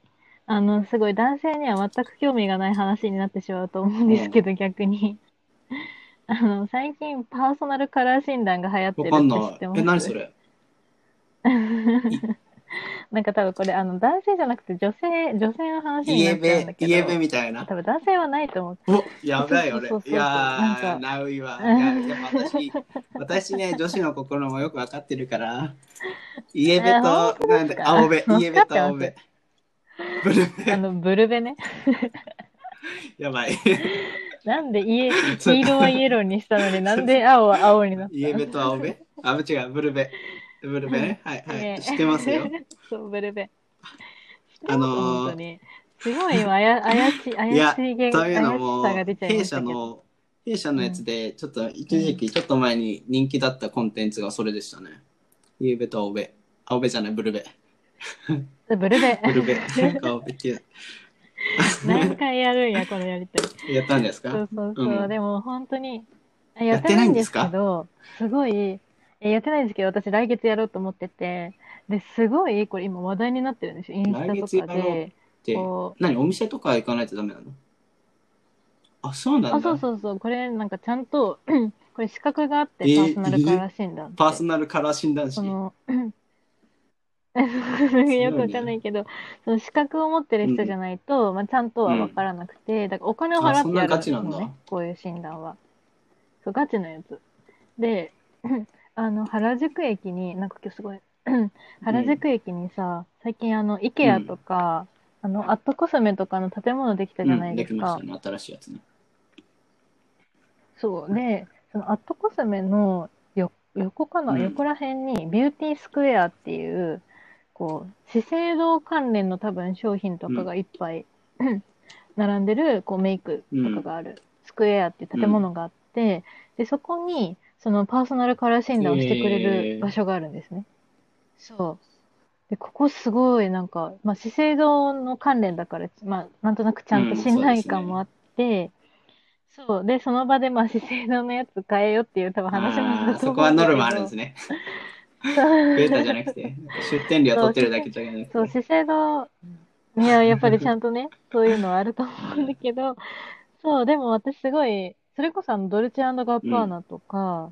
あの、すごい男性には全く興味がない話になってしまうと思うんですけど、逆に。 あの、最近パーソナルカラー診断が流行って
わ
る
かん
っ
な
て知ってま
い。
す
え、何それ
なんか多分これ、あの、男性じゃなくて女性、女性の話に
イ
な
エ
っちゃうんだ
ベ、
け
イエ
ど、
ベみたいな。
多分男性はないと思う。
おやばい俺。
そうそうそうそう
いや
な
ー、
んか
ナウイ は。いやいや私、私ね、女子の心もよくわかってるから、イエベ
え
と
本、当
な
で
ん
すか
だ、青べ、イエベ
わかってま
と
す
青べ。ブルベ、
あの、ブルベね。
やばい。
なんでイエ、
そう
黄色はイエローにしたのに、なんで青は青になった
イエベと青べ。あ、違う、ブルベ。ブルベね。はいはい。
ね
知ってますよ。。
そう、ブルベ。
あのー
本当に。すごい今、あや怪しい、怪
や
しい言
と いうのも
怪しさが出ちゃい
弊
ました
社
けど。
の弊社のやつでちょっと一時期ちょっと前に人気だったコンテンツがそれでしたね。ゆうべと青べ青べじゃないブ ルベ
ブルベ。
ブルベなんか青べっていう
何回やるんや、このやりとり。
やったんです
そ
か
うそうそう。
うん
でも、本当に、あ
やってないんですか
やってないんですけど、すごい、えやってないんですけど、私来月やろうと思ってて、で、すごい、これ今話題になってるんですよ。イン
来月
ス
や
タと
ろ
か
う
で、
で
こう、
何お店とか行かないとダメなのあそうなんだ
あ、そうそうそう、これなんかちゃんと、 これ資格があって、
えー
パーソナルカラー診断って。
パーソナルカラー診断士
その よくわかんないけど、その資格を持ってる人じゃないと、まあ、ちゃんとは分からなくて、だからお金を払
あ
っ
そん
て
な
やる
ガチなんだ
のね、こういう診断は。そう、ガチのやつ。で、 あの、原宿駅に、なんか今日すごい、 原宿駅にさ、最近あの、IKEA とか、あの、アットコスメとかの建物できたじゃない
うん、で
で
き
す
まし
か
た。ね新しいやつね
そう。で、そのアットコスメのよ横かな、
うん
横ら辺にビューティースクエアっていう、こう、資生堂関連の多分商品とかがいっぱい、 並んでる、こうメイクとかがある、スクエアっていう建物があって、で、そこに、そのパーソナルカラー診断をしてくれ
へー
る場所があるんですね。そう。で、ここすごいなんか、まあ、資生堂の関連だから、まあ、なんとなくちゃんと
うん
信
そうで
頼
すね
感もあって、そう。で、その場で、まあ、資生堂のやつ変えようっていう多分話もあ
あ
った
ー
と
そこ
思う
は
んだ
ノ
け
ル
ど
マあるんです ね
そう
ベータじゃなくて出店料取ってるだけじゃなくて
そう、資生堂、いや、やっぱりちゃんとね、そういうのはあると思うんだけど、そう、でも私すごい、それこそあの、ドルチェガッバーナとか、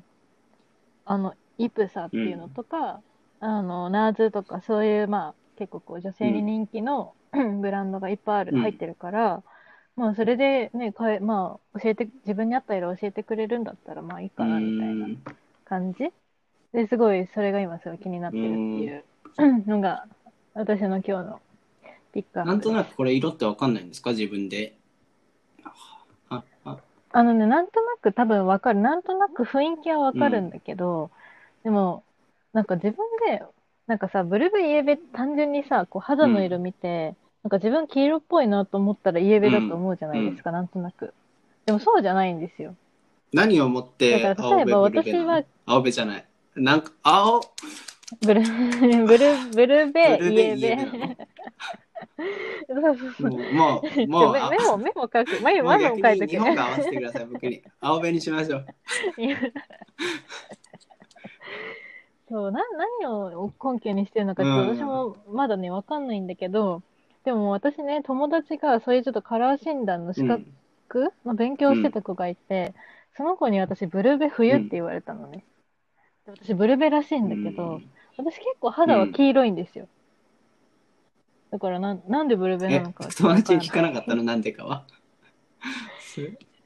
あの、イプサっていうのとか、あの、ナーズとか、そういう、まあ、結構こう、女性に人気のブランドがいっぱいあ
う
る、
ん
入ってるから、まあ、それでね、かえ、まあ、教えて、自分に合った色教えてくれるんだったら、まあ、いいかな、みたいな
うん
感じですごいそれが今すごい気になってるっていうう のが私の今日のピックア
な
ッ
ん
プ
と
です
なくこれ色ってわかんないんですか自分で。ああ
あのねなんとなく多分わかるなんとなく雰囲気はわかるんだけど、でもなんか自分でなんかさブルベイエベ単純にさこう肌の色見て、なんか自分黄色っぽいなと思ったらイエベだと思うじゃないですか、なんとなくでもそうじゃないんですよ
何を持って
だから例えば
青部ブルベなの
私は
青部じゃない。なんか青
ブルブルブル
ブ
ベ
ル
イ
ベ
エ
イエベ
ベ
なの
そうそうそう
もうもう
じゃ
も
あ
うあ
メメモメモ書く前
もう
前も書い
逆に
とく
日本が合わせてください僕に。青部にしましょう。
いや そうな何を根拠にしてるのかちょっと
うん
私もまだね分かんないんだけど、でも私ね友達がそういうちょっとカラー診断の資
うん
格の勉強をしてた子がいて、その子に私ブルベ冬って言われたのね、で私ブルベらしいんだけど、私結構肌は黄色いんですよ、だからなんなんでブルベ
え
なのか
友達に聞か
わ
なかったのなんでかは。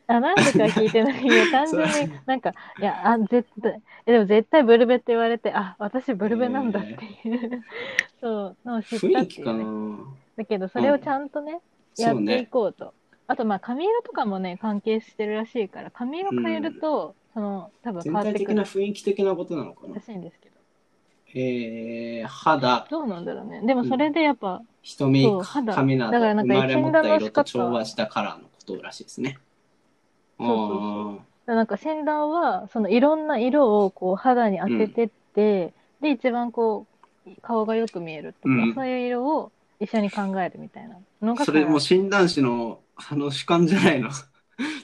あ、なんでか聞いてない よ。単純に、なんか、いや、あ、絶対、え、でも絶対ブルベって言われて、あ、私ブルベなんだっていう、 そう、のを知った
雰
っ
囲
て
気
い
か
う
な
ね。。だけど、それをちゃんとね、や
そ
っ
う
てい
ね。
こうと。あと、まあ、髪色とかもね、関係してるらしいから、髪色変えると、その、多分変
全
わっ
体
て
的
く
な
る
雰囲気的なことなのからな。
しいんですけど。
えー、肌、
どうなんだろうね。でも、それでやっぱ、
瞳
そう、肌
髪など、
だからなん
生
か
まれ持った
診断の
色
仕
と
方
調和したカラーのことらしいですね。
そうそうそう
あー
なんか診断は、そのいろんな色をこう肌に当ててって、で、一番こう、顔がよく見えるとか、
うん
そういう色を一緒に考えるみたいなのが
それ
カラー
もう診断士のあの主観じゃないの。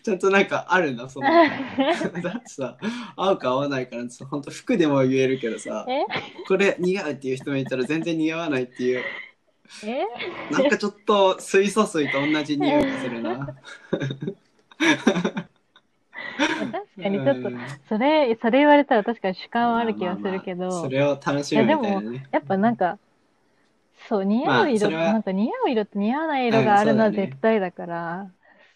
ちゃんとなんかあるな、 その。だってさ、合うか合わないから、本当服でも言えるけどさ、
え
これ似合うっていう人もいたら全然似合わないっていう、
え
なんかちょっと水素水と同じ匂いがするな。
確かにちょっと
うん、
それ、それ言われたら確かに主観はある気がするけ
まあまあまあそ
ど、
れを楽しむみたいなね。
やっぱなんか、そう、似
ま
合
あ
う色、
それは
なんか似合う色と似合わない色があるの
う
は
んそうだね
絶対だから、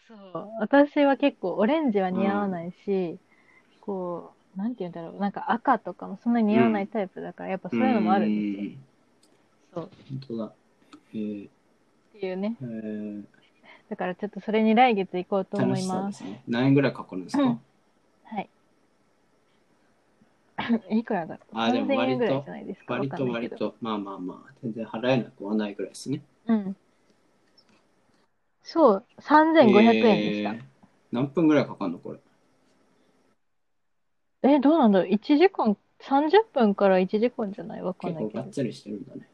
そう、私は結構オレンジは似合わないし、こう、なんて言うんだろう、なんか赤とかもそんなに似合わないタイプだから、やっぱそういうのもあるんですよ。そう、
うん本当だ。えー
っていうね。
えー
だからちょっとそれに来月行こうと思
楽し
い
そうで
ます。
すね。何円ぐらいかかるんですか、
うんはい。 いくらだろう
あでも
?3000 円ぐらい
割と
じゃないですか。
割
わ
と
かんない
割
けど。
と、まあまあまあ、全然払えなくはないぐらいですね。
うん。そう、3500円でした。
えー何分ぐらいかかるのこれ。
えどうなんだろう ?1 時間、30分から1時間じゃないわかん
結
ない
構
け
がっ
ど。
つりしてるんだね。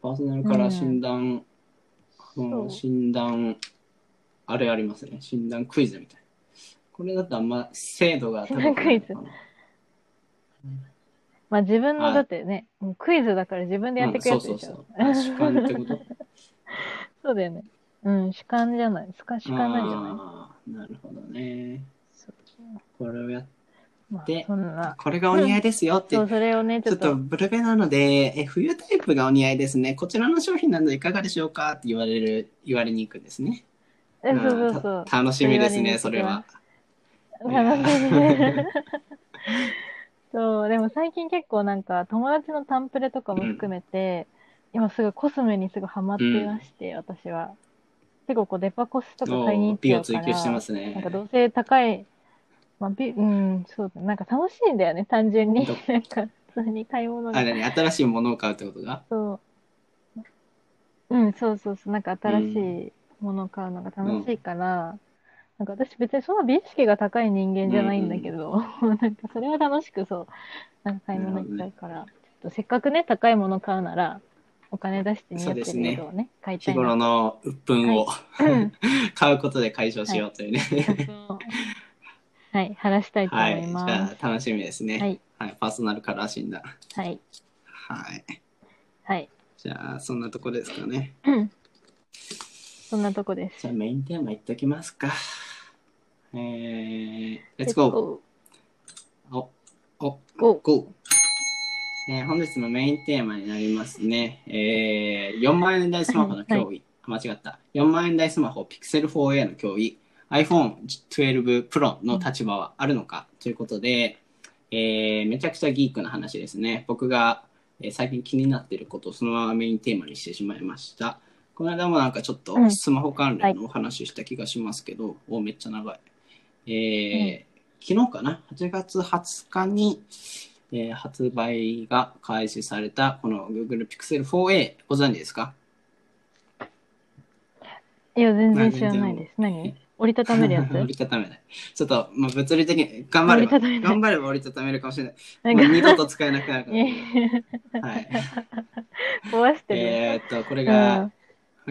パーソナルから診断、うん
そう
診断、あれありますね。診断クイズみたいな。これだとあんま精度が高 くないのかな
診まあ自分
は
の、
い
だってね、もうクイズだから自分でやってくやつでしょ。
うんそうそうそう。主観ってこと
そうだよね。うん、主観じゃない。 主観、主観なんじゃない
あーなるほどね。
そう
これをやっ
まあ
で、
そんな。
これがお似合いですよって
そう、それをね、ち
ち
ょ
ょ
っ
っと
と、
ブルベなのでえ、冬タイプがお似合いですね。こちらの商品などいかがでしょうかって言われる、言われに行くんですね。
え、そうそうそ
うん
う。
た楽しみですね、そ
そ
れ
れは
は。
楽しみ。 そう、でも最近結構なんか友達のタンプレとかも含めて、今すぐコスメにすぐハマっていまして、私は。結構こうデパコスとか買いに行っ
美
ち
を
ゃうか
追
ら、
求してます
なん
ね
か。どうせ高い、まあ、美、うん、そうだ、なんか楽しいんだよね、単純に
ど。
なんか普通に買い物
あ
が。
れね、新しいものを買うってことが
そう。うん、そうそうそう。なんか新し
う
いものを買うのが楽しいから、なんか私別にそんな美意識が高い人間じゃないんだけど、 なんかそれは楽しくそう、なんか買い物行きたいから、ちょっとせっかくね、高いもの買うなら、お金出して似合ってる色をね、買い
日
たいな
頃の鬱憤を、
うん
買うことで解消しようというね。
そうはい、話したいと思
はい、
い
じ
ま
ゃ
す。
あ楽しみですね。
は、
はいパーソナルカラー診断。
はい、
はい。
はい。
じゃあそんなとこですかね。
そんなとこです。
じゃあメインテーマいっときますか。えー、Let's
Let's
go! お、お、
go.
GO! えー本日のメインテーマになりますね。えー、4万円台スマホの脅威。間違った。4万円台スマホ Pixel 4A の脅威。iPhone12 Pro の立場はあるのか、ということで、えーめちゃくちゃギークな話ですね。僕が、えー最近気になっていることをそのままメインテーマにしてしまいました。この間もなんかちょっ
う
と
ん
スマホ関連のお話しした気がしますけど、おめっちゃ長い。えー昨日かな ?8 月20日に、えー発売が開始されたこの Google Pixel 4a ご存知ですか
いや、全然知らないです。何折りたた めるやつ
折りたためない。ちょっと、まあ、物理的に頑張れば
折りたためない
頑張れば折りたためるかもしれない。
なん
も
か
う、二度と使えなくなる から。はい、
壊してる。
えーっとこれ
う
が、
ん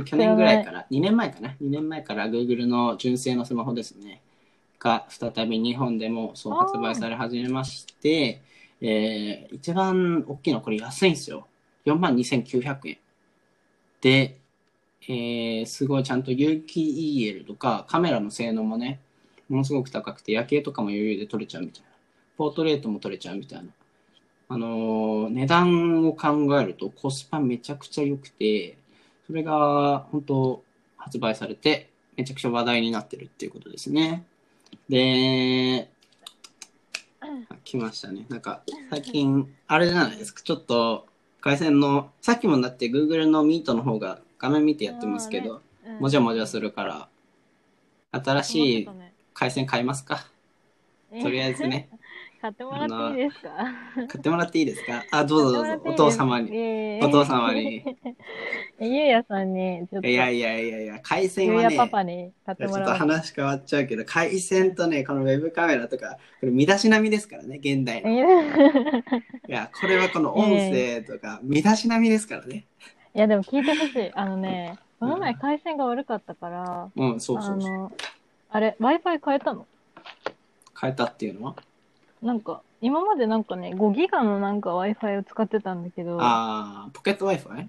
去年ぐらいから、2年前かな、2年前から Google の純正のスマホですね、が再び日本でもそう
あー
発売され始めまして、えー一番大きいのはこれ安いんですよ。4万2900円。で、えーすごいちゃんと有機 EL とかカメラの性能もね、ものすごく高くて夜景とかも余裕で撮れちゃうみたいな。ポートレートも撮れちゃうみたいな。あのー値段を考えるとコスパめちゃくちゃ良くて、それが本当発売されてめちゃくちゃ話題になってるっていうことですね。で、あ来ましたね。なんか最近あれじゃないですか、ちょっと回線のさっきもだって Google の Meet の方が画面見てやってますけど、もじゃもじゃするから新しい回線買いますか。とりあえず。ね、
買ってもらっていいですか
買ってもらっていいですか。あ、どうぞどうぞ、お父様に。
に
お父様。に。
ゆうやさんに、ちょっと、
いや
ゆ
いやいやいや、回線
う
は
や
ね、
パパに買っ
ち
て
ょっ
も
と
らおう。
話変わっちゃうけど、回線とね、このウェブカメラとか、これ身だしなみですからね、現代の。いや、これはこの音声とか、身だしなみですからね。
いや、でも聞いてほしい。あのね、この前回線が悪かったから、
うん、そう
あ
そうそう。
の、あれ、Wi-Fi 変えたの
変えたっていうのは
なんか、今までなんかね、5ギガのなんか Wi-Fi を使ってたんだけど、
ああ、ポケット Wi-Fi?
い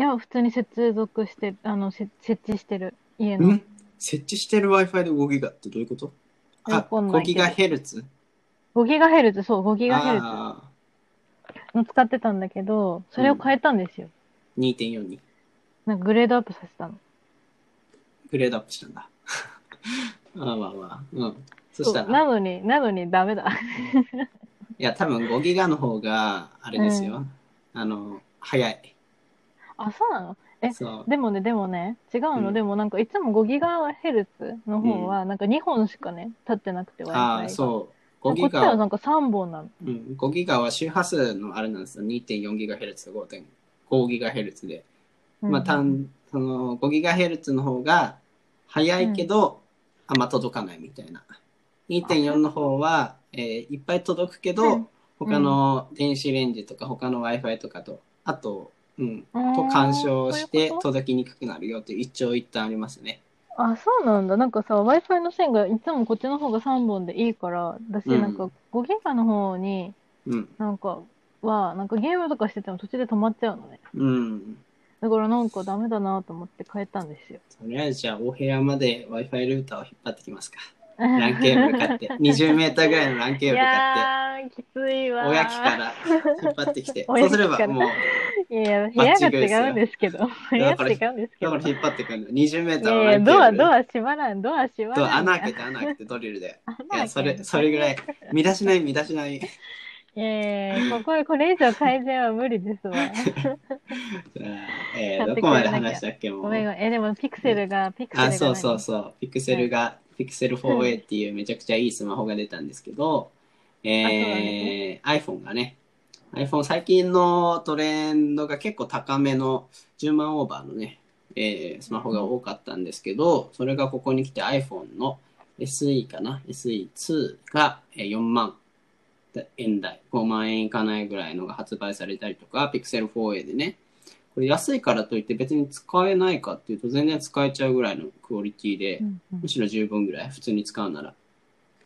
や、普通に接続して、あの、せ設置してる。家
う
の。
ん設置してる Wi-Fi で5ギガってどういうこと
わ
あ、
かんな
5
いけ
ギ
ど
ガヘルツ
5ギガヘルツ、そう、5ギガヘルツ
あ
の使ってたんだけど、それを変えたんですよ。
ー2.4に
なんかグレードアップさせたの。
グレードアップしたんだ。 まあまあまあ。うん。そ
そ
し
う
たら、い
なのに、なのにダメだ。
や、多分5ギガの方が、あれですよ。あの、早い。
あ、そうなのえ
そう。
でもね、でもね、違うの。
うん
でもなんか、いつも5ギガヘルツの方は、なんか2本しかね、立ってなくて Wi-Fi
あ
が
あ、そう。
こ
5
っ
ギ
ちは
ガ、
なんか3本なの。
うん、5ギガは周波数のあれなんですよ。2.4ギガヘルツと5.5ギガヘルツで。まあ、
うん
単その5ギガヘルツの方が早いけど、あんま届かないみたいな。2.4の方は、えーいっぱい届くけど、
うん
他の電子レンジとか他の Wi-Fi とかと、あと、うん、
あー
と干渉し
そうい
て
うこと
届きにくくなるよっていう一長一短ありますね。
あ、そうなんだ。なんかさ、Wi-Fi の線がいつもこっちの方が3本でいいから、だし、
うん
なんか5ギガの方に、
うん。
なんか、は、なんかゲームとかしてても途中で止まっちゃうのね。
うん。
だからなんかダメだなと思って変えたんですよ。
とりあえずじゃあ、お部屋まで Wi-Fi ルーターを引っ張ってきますか。ランケーブル買って。20メーターぐらいのラン
い
ケーブル買って。
やー、きついわー。
おやきから引っ張ってきて。そ
親
う
機
す
から
ればもう
いやいや、部
バッ
屋
チ
が
グーですよ
違うんですけど。部屋が違うんですけ
だ
ど
か。ら引っ張ってくるの。20メー
い
ターの
やい
ラ
や、
ンケー
ドア、
ブル。
ドア閉まらん、ドア閉ま
ドア
らん。
穴開けて穴開けてドリルで。い
穴開け
や、
て
それ、それぐらい。見出しない見出しない。
いやいや、ここ、これ以上改善は無理ですわ。
えー、どこまで話したっけも
ご
う。
めんごめん。え、でもピクセルが、ピクセル
あ、
が。
そうそうそう。ピクセルが、ピクセル 4A っていうめちゃくちゃいいスマホが出たんですけど、えー、iPhone がね、iPhone 最近のトレンドが結構高めの10万オーバーのね、えースマホが多かったんですけど、それがここに来て iPhone の SE かな ?SE2 がえー4万円台、5万円いかないぐらいのが発売されたりとか、Pixel 4A でね、これ安いからといって別に使えないかっていうと全然使えちゃうぐらいのクオリティで、
うんうん
むしろ十分ぐらい普通に使うなら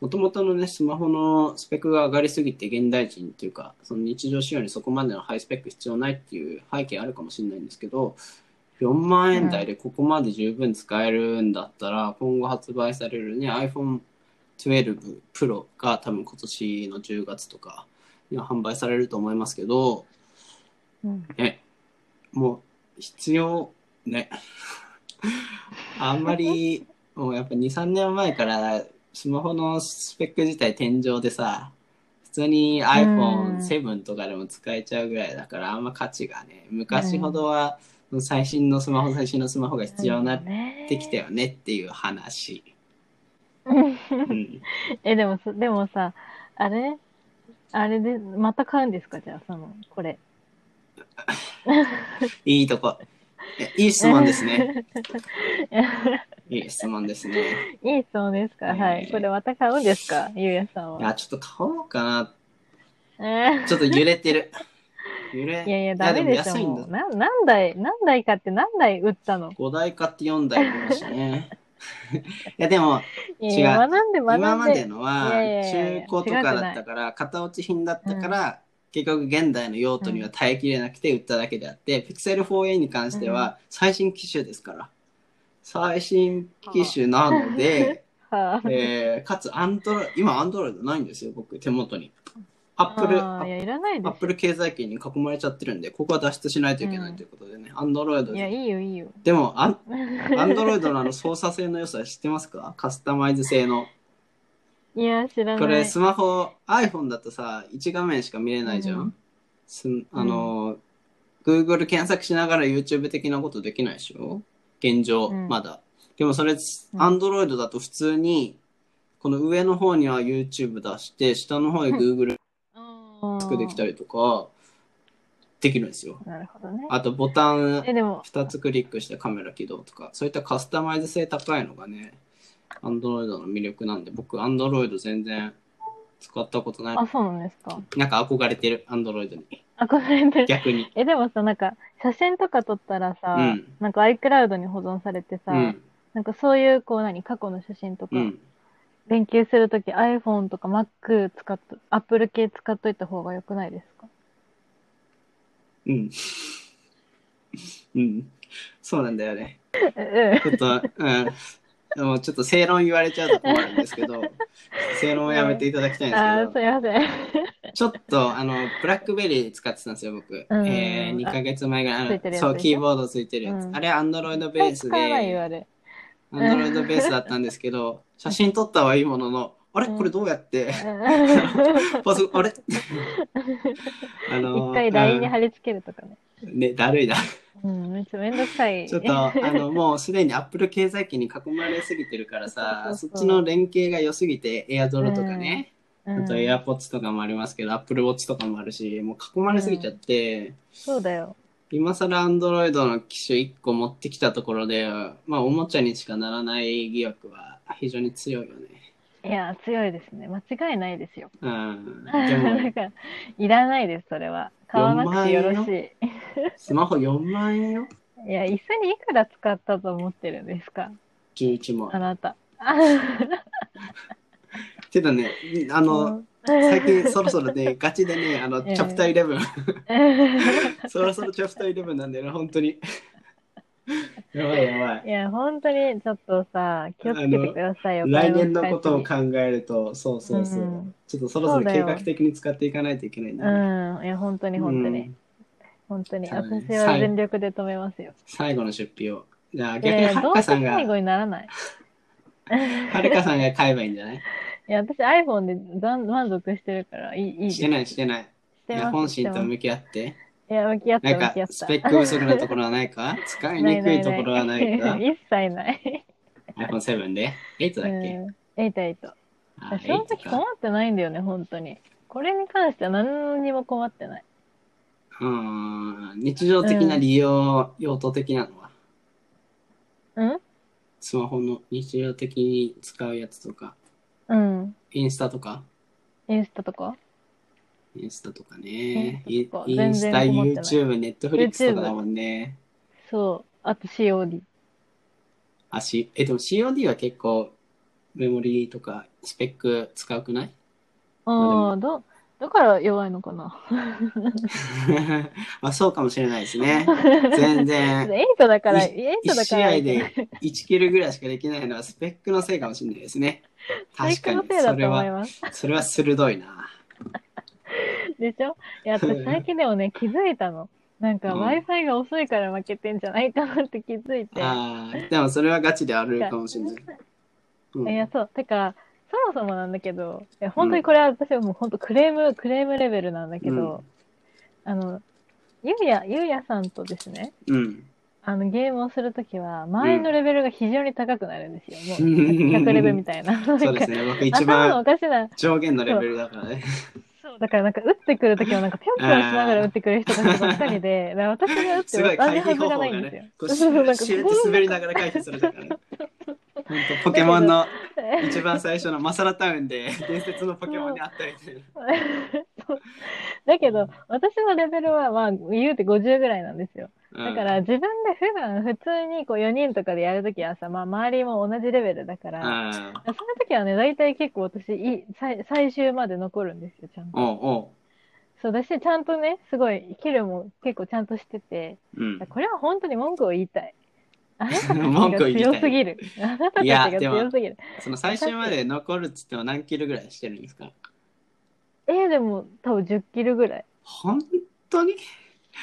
もともとのねスマホのスペックが上がりすぎて現代人っていうかその日常使用にそこまでのハイスペック必要ないっていう背景あるかもしれないんですけど4万円台でここまで十分使えるんだったら、今後発売されるね iPhone12 Pro が多分今年の10月とかには販売されると思いますけど
うん
ね、もう必要ね。 あんまり、もうやっぱ2、3年前からスマホのスペック自体天井でさ、普通に
うん
iPhone7 とかでも使えちゃうぐらいだから、あんま価値がね、昔ほどは最新のスマホ、最新のスマホが必要になってきたよねっていう話。
うん
うん、
え、でもそ、でもさ、あれあれで、また買うんですかじゃあ、その、これ。
いいとこ。えいい質問です ね。いい質問ですね。
いい質問ですかは
え
い。
ー
これまた買うんですかゆうやさん
い
は。
や、ちょっと買おうかな
えー
ちょっと揺れてる。揺れ。
いやいや、ダメ
も
でしょ。
安いん
も
だ
う。。な何台、何台買って何台売ったの
5台買って4台売りましたね。 いや、でも、
いやいや、
違
学んで学んで。
今までのはい
やいやいやいや
中古とかだったから、型落ち品だったから、結局現代の用途には耐えきれなくて売っただけであって、Pixel 4a に関しては最新機種ですから。最新機種なので、
はあ
えーかつアンドロ、今アンドロイドないんですよ、僕、手元に。アップル、
あーいや、いらないで
アップル経済圏に囲まれちゃってるんで、ここは脱出しないといけないということでね、アンドロイド
す。いや、
で。
いいよ、いいよ。
でも、アンドロイドのあの操作性の良さ知ってますかカスタマイズ性の。
いや、知らない。
これ、スマホ、iPhone だとさ、1画面しか見れないじゃ
うん
ん。すあの、Google 検索しながら YouTube 的なことできないでしょ現状、
うん
まだ。でもそれ、
ん
Android だと普通に、この上の方には YouTube 出して、下の方に Google
マ
できたりとか、できるんですよ。
なるほどね。
あとボタン
え、でも、
2つクリックしてカメラ起動とか、そういったカスタマイズ性高いのがね、Android の魅力なんで、僕、Android 全然使ったことない
あ、。そうなんですか。
なんか憧れてる、Android に。
憧れてる。
逆に。
え、でもさ、なんか、写真とか撮ったらさ、
うん
なんか iCloud に保存されてさ、
うん。
なんかそういう、こう何、過去の写真とか、
うん。
連携するとき iPhone とか Mac 使っと、Apple 系使っといた方が良くないですか
うん。うん。 そうなんだよね。
え
ちょっと、うん。でもちょっと正論言われちゃうと困るんですけど、正論をやめていただきたいん
え。
で
あ
す
あ、す
け
いません。
ど、ちょっと、あの、ブラックベリー使ってたんですよ、僕。
うん
えー、2ヶ月前ぐらい
ついて
あ
る
の。
やつ
そう、
で
キ
しょ
ーボードついてるやつ。
うん
あれ、アンドロイドベース
使わないよ、
で、
あれ。
アンドロイドベースだったんですけど、写真撮ったはいいものの、あれ
うん
これどうやって、
うん
パソコン、あ れあの、
一回 LINE に貼
り、
り付けるとかね。
ね、だるいだ
うん、めっちゃめんどくさい。
ちょ っとあのもうすでにアップル経済圏に囲まれすぎてるからさ
そ
そう
そうそう
っちの連携が良すぎて AirDrop とかね、
うん
あと AirPods とかもありますけど AppleWatch とかもあるしもう囲まれすぎちゃって、
そうだよ。
今更 Android の機種1個持ってきたところでまあおもちゃにしかならない疑惑は非常に強いよね。
いや、強いですね。間違いないですよ。
うん、で
だ
も
から、いらないです、それは。買わなくてよろしい。
スマホ4万円よ
いや、一緒にいくら使ったと思ってるんですか
11万
あ。なた。
てだねあの、最近そろそろ ねガチでねあの、
ええ
チャプター11
近。
そろそろチャプター11なんだよね、本当 に。やばいやばい。
いや、本当にちょっとさ、気をつけてくださいよ。
来年のことを
考
考えると、そうそうそう。
うん
ちょっとそろそ
そ
ろ
うだ
計
よ
画的に使っていかないといけないん
え
だね。
うん。いや、本当に本当に。
うん
本当に。
そうだね
私は全力で止めますよ。
最後の出費を。じゃあ
い
逆に
や、
は
ど
る
う
か
せ
さんが、
最後にならない。
はるかさんが買えばいいんじゃない
いや、私 iPhone でざん満足してるから、いい、いいです。
してないしてない。
して
い
ます
や本心
して
と
ます
向き合って。
いや、向き合った、
なん
向
か
き合っ
ス
た。
ペック不足なところはない か使いにくいところはないか
一切ない。
?iPhone7 で ?8 だっけ、
うん、エイトエイト。
あ
正直
8
困
か。
ってないんだよね、本当に。これに関しては何にも困ってない。
うん。日常的な利用、用途的なのは
うん
スマホの日常的に使うやつとか、
うん。
インスタとか、
インスタとか
インスタとかね、
イ
イ
ンスタとか
インスタ、
全然困ってない
YouTube、Netflix とかだもんね。
そう。あと COD。
あ、し、え、でも COD は結構メモリーとかスペック使うくない
ああ、ど、だから弱いのかな。
あ、そうかもしれないですね。全然。
エイトだから、
い
エイト
1
だか
試
ら、
合で1キルぐらいしかできないのはスペックのせいかもしれないですね。
体
確か
育の
に
せいだ
それ
と思い
は、
ます。
それは鋭いな。
でしょいや、私最近でもね、気づいたの。なんか
うん
Wi-Fi が遅いから負けてんじゃないかなって気づいて。
ああ、でもそれはガチであるかもしれない。うん
いや、そう。てか、そもそもなんだけど、いや、本当にこれは私はもう本当クレーム、クレームレベルなんだけど、あの、ゆうや、ゆうやさんとですね、
うん。
あの、ゲームをするときは、周りのレベルが非常に高くなるんですよ。
う
も
ん
う、100レベルみたいな。なん
そう
か
ですね、僕一
頭のお
番
かしな。
上限のレベルだからね。
そう、だからなんか打ってくるときはなんかぴょんぴょんしながら打ってくる人たちばっかりで、だから私が打っ
す
て
ごい
当た
回
るは
避
ず
方
が
法
な
が
いんですよ
ね、。こうシ
そうそ
ュ
うなん
ー
か
シューって滑りながら回避するだからね。本当ポケモンの一番最初のマサラタウンで伝説のポケモンに会ったみたいな。
そう だけど、私のレベルはまあ言うて50ぐらいなんですよ。
うん
だから、自分で普段普通にこう4人とかでやるときはさ、まあ周りも同じレベルだから、
うん。
そういう時はね、大体結構私いい最、最終まで残るんですよ、ちゃんと。
おうお
そうだし、ちゃんとね、すごい、キルも結構ちゃんとしてて、
う。うん。
これは本当に文句を言いたい。あなたた ち
文句を
が
言いたい
強すぎる。あなたたち
い
が
や
強すぎる。
その最終まで残るっつっても何キルぐらいしてるんですか
えー、でも多分10キルぐらい。
本当に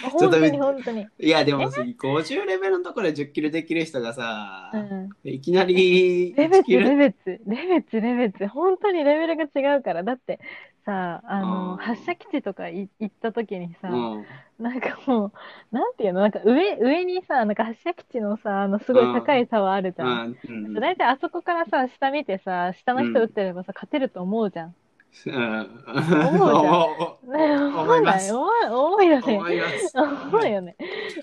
本当
ちょっ
に
と
本当に。
いやでも50レベルのところで10キルできる人がさ、
うん。
いきなり
レ
1
ベチ、
キル
レベチ、レベチ、レベチ。本当にレベルが違うから。だってさ、あ
うん
の、発射基地とかい行った時にさ、
うん
なんかもう、なんていうのなんか上、上にさ、なんか発射基地のさ、あの、すごい高いタワーあるじゃん。
うんうん
だいたいあそこからさ、下見てさ、下の人打ってればさ、勝てると思うじゃん。
うん
思ね、思わ
思いま
な
す
い思わ思うよね。
思います。
思うよね。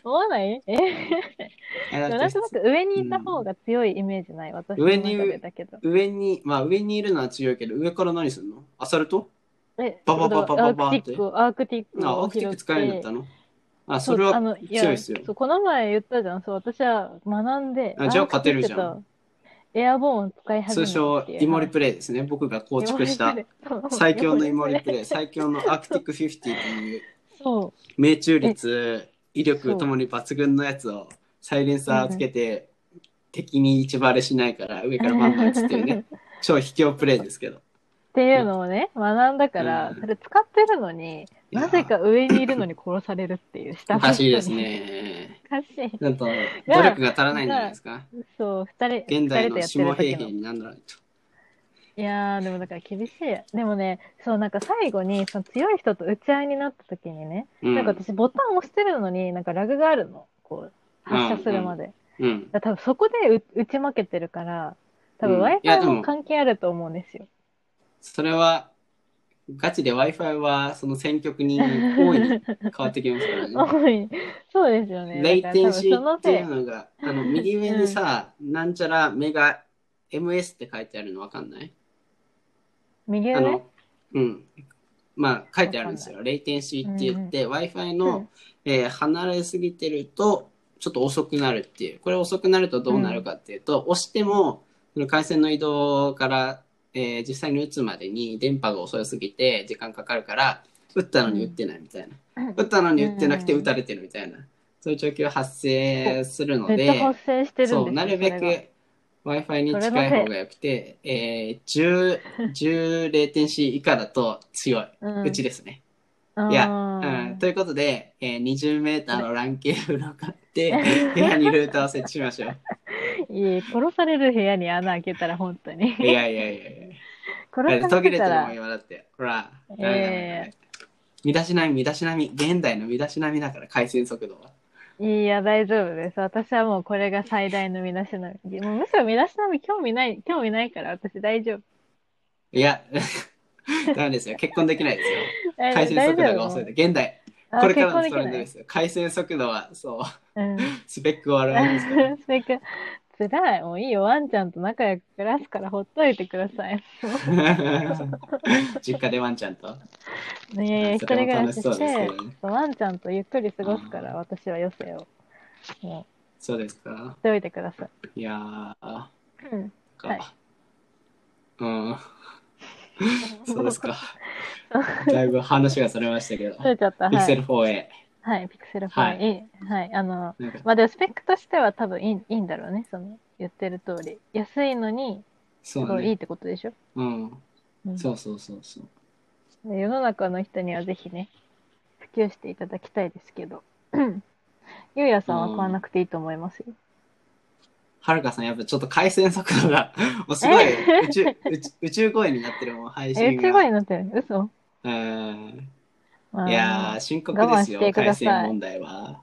思わないえ
いや
で
だ
もな
っ
んとな
て
く上にいた方が強いイメージない、私の
上
中
に
でだけど。
上に、まあ上にいるのは強いけど、上から何するのアサルト
え、
ババババババ
アークティックを、アークティック
あ、
を
アクティック使えるんだった
の
のあ、それは強いですよ。
そう、この前言ったじゃん。そう、私は学んで。
あじゃあ勝てるじゃん
アークティックと。エアボーンを使い始め
通
た
称
っていう
イモリプレイですね僕が構築 した最強のイモリプレイ最強のアークティック50という
そう
命中率威
そ
力
う
ともに抜群のやつをサイレンサーつけて敵に一バレしないから上からバンバン打つっていう ね超卑怯プレイですけど
っていうのをね、学んだから、
うん
それ使ってるのに、
いや
なぜか上にいるのに殺されるっていう、下
お
の人
か
に
しいです。ね
おかしい。
なんと努力が足らないんじゃないですか
そう、二人、
現代の
二人とや
下
ってる
平
時
平
の。
になんないと
いやー、でもだから厳しい。でもね、そう、なんか最後に、その強い人と打ち合いになった時にね、
うん
なんか私ボタン押してるのに、なんかラグがあるの。こう、発射するまで。
うん
だから多分そこで打打ち負けてるから、多分
うんいや
Wi-Fi
でも
も関係あると思うんですよ。
それはガチで w i f i はその選曲に大いに変わってきますからね
多い。そうですよね。
レイ
だか
テン
ら多分
シ
そ
ー
の
って
せ
い。
いう
のが、あの右上にさ、なんちゃらメガ MS って書いてあるのわかんない
右
あ
上
の、うん。まあ書いてあるんですよ。レイテンシーって言って、Wi-Fi
う
の
ん、
えー離れすぎてると、ちょっと遅くなるっていう。これ遅くなるとどうなるかっていうと、押しても、その回線の移動から、えー実際に打つまでに電波が遅すぎて時間かかるから、打ったのに打ってないみたいな。打ったのに打ってなくて
うん
打たれてるみたいな。そういう状況発生するの
め
で。
っちゃ発生してるんですよ
そう、なるべ
それが
く Wi-Fi に近い方がよくて、えー、10、10レテンシー以下だと強い。
うん
うちですね。
あー
いやうん、ということで、えー、20メーターのランケーブルを買って、部屋にルーターを設置しましょう。
いい殺される部屋に穴開けたら本当に。
いやいやいやい
殺
や。だって
さ
途切
れ
れて
てた
る
ら
もん、今だって。ほら、ダメダメダ
え
メ身だしなみ、身だしなみ。現代の身だしなみだから、回線速度は。
いや、大丈夫です。私はもうこれが最大の身だしなみ。もうむしろ身だしなみ興味ない、興味ないから私大丈夫。
いや、ダメですよ。結婚できないですよ。
大
回線速度
大
が
丈夫
遅い。現代。これからのト
あ結婚
レンド
で
ですよ。回線速度は、そう。
きない。うん。
スペックを表れます から。
それか、つらい。もういいよ。ワンちゃんと仲良く暮らすからほっといてくださ い。
実家でワンちゃんと。
ねえ、一
そ
人
れも
暮ら
楽
し
しそう
し
ですけ
て
どね、
そうワンちゃんとゆっくり過ごすから、私は余生を。も
そうですか
う、。しておいてください。
いやー、なん
うん。
か、
はい
うん。そうです か。だいぶ話がそれましたけど。
取れちゃった。
ピク
は
セ
い。
ル4へ。
はい、ピクセルフ
は
ァ
い
イ。いいはい。あの、
なんか
まあ、でもスペックとしては多分いいいいんだろうね。その、言ってる通り。安いのに、す
そう
ごいいい
ね。
ってことでしょ。
うん。
うん
そうそうそうそう。
で世の中の人にはぜひね、普及していただきたいですけど。 ゆうやさんは買わなくていいと思いますよ。
はるかさん、やっぱちょっと回線速度が、 もうすごい宇宙、宇宙宇宙声になってるもん、配
え、
信
う
が。
ちごになってる。嘘
うん。
まあ
いやー、深刻
我慢
です
し
よ
て、くだ
回
さい
線問題は。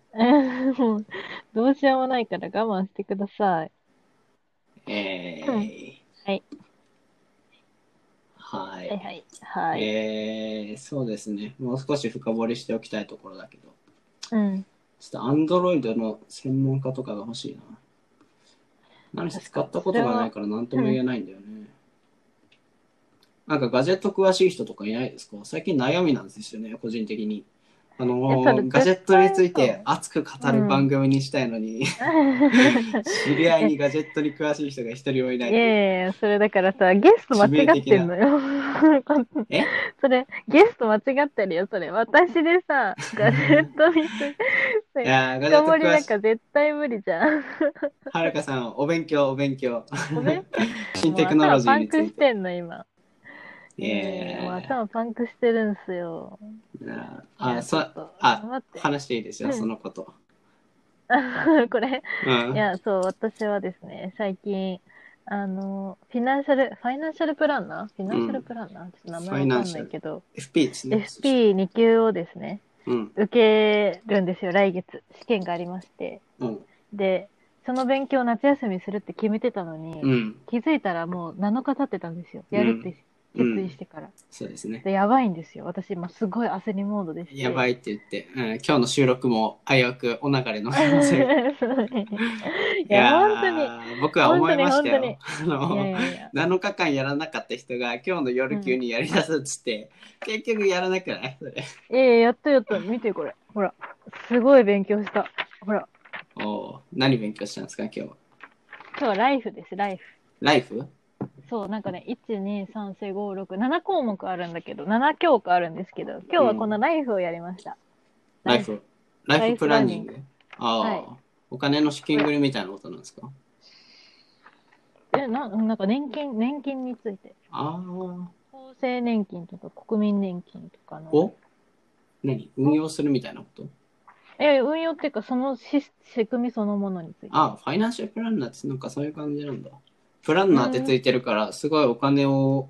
もう どうしようもないから我慢してください。
え
うん
ー、
はい。
は
はい
い。
はい。はい。
えー、そうですね。もう少し深掘りしておきたいところだけど、
うん。
ちょっとアンドロイドの専門家とかが欲しいな。何せ使ったことがないから何とも言えないんだよね。なんかガジェット詳しい人とかいないですか最近悩みなんですよね、個人的に。あの
いやそれ
ーガジェットについ
絶対
て
そう
熱く語る番組にしたいのに、 知り合いにガジェットに詳しい人が一人もいない
い。やいや、それだからさ、ゲスト間違ってんのよ。
え
それ、ゲスト間違ってるよ、それ。私でさ、ガジェット見て、
いやーガジェ
深
ット
掘りな
詳
ん
しい
か。絶対無理じゃん。
はるかさん、お勉強、お勉 強。
ごめん。
新テクノロジーにつ
も
い。
う頭パンクしててんの、今。
え
もう
ー
頭パンクしてるんすよ。い
あ、
や
そ
ちょっと
あ
待って
話していいですよ、
うん
そのこと。
これ。
うん
いや、そう、私はですね、最近、あの、フィナンシャル、ファイナンシャルプランナーフィナンシャルプランナー、ちょっと名前わかんないけど、
FP ですね。
FP2 級をですね、
うん。
受けるんですよ、来月。試験がありまして。
うん。
で、その勉強を夏休みするって決めてたのに、
うん。
気づいたらもう7日経ってたんですよ。やるって
う
決意
ん
し。てから。
そうですね。
で、やばいんですよ。私今すごい焦りモードでして。
やば
い。
いって言って、うん、今日の収録も危うくお流れ の可能性が。い
いや、
ー
本当に。
僕は思いましたよ。あ
いやい
の、
やいや。
7日間やらなかった人が今日の夜急にやりだすっつって、結局やらなくないそれ。
ええやったやった。見てこれ。ほら。すごい勉強した。ほら。
おー何勉強したんですか、今日は。
今日はライフです、ライフ。
ライフ
そう、なんかね、1、2、3、4、5、6、7項目あるんだけど、7教科あるんですけど、今日はこのライフをやりました。
ライフラ
ラ
イ
イ
フ
フ
プランニングああ、
はい
お金の資金繰りみたいなことなんですか
え、な、なんか年金、年金について。
ああ。
厚生年金とか国民年金とかの。
を何運用するみたいなこと
え、運用っていうか、そのシス仕組みそのものについて。
ああ、ファイナンシャルプランナーってなんかそういう感じなんだ。プランナーってついてるから、すごいお金を、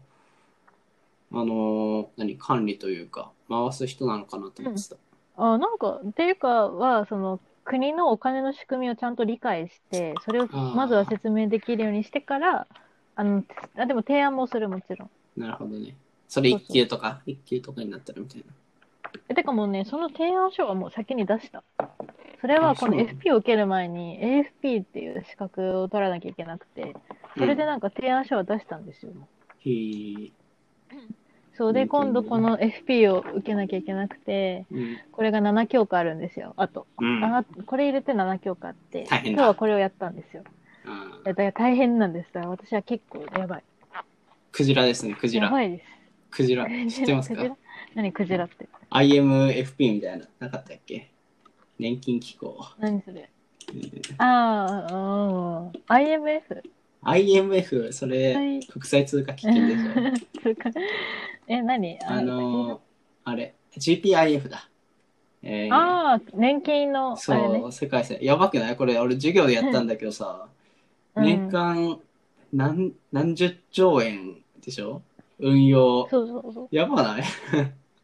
あのー何、管理というか、回す人なのかなと思ってた。
あ、なんか、っていうかは、その、国のお金の仕組みをちゃんと理解して、それを
あー
まずは説明できるようにしてから、あの、あ、でも提案もする、もちろん。
なるほどね。それ一級とか、一級とかになったらみたいな。
え、てかもうね、その提案書はもう先に出した。それはこの
あそうなの
FP を受ける前に AFP っていう資格を取らなきゃいけなくて、それでなんか提案書は出したんですよ。
うん、へえ。
そう
う
で、
ん
今度この FP を受けなきゃいけなくて、
うん。
これが7教科あるんですよ、あと。
うん。あ
あこれ入れて7教科あって、
大変だ
今日はこれをやったんですよ。い
あ
やだから大変なんです。だから私は結構やばい。
クジラですね、クジ
や
ラ。
ばいです。
ク ジラ。知ってます
クジラ
か
何クジラって。
?IMFP みたいな、なかったっけ年金機構。
何それ
うん
あーあー、IMF?
IMF、それ、
はい
国際通貨基金でしょ。
そうかえ、何
あのー、あれ、GPIF だ。えー
ああ、年金の、あれ
そう、
ね。
世界線。やばくないこれ、俺、授業でやったんだけどさ、
うん
年間何何十兆円でしょ運用。
そうそうそう。
やばない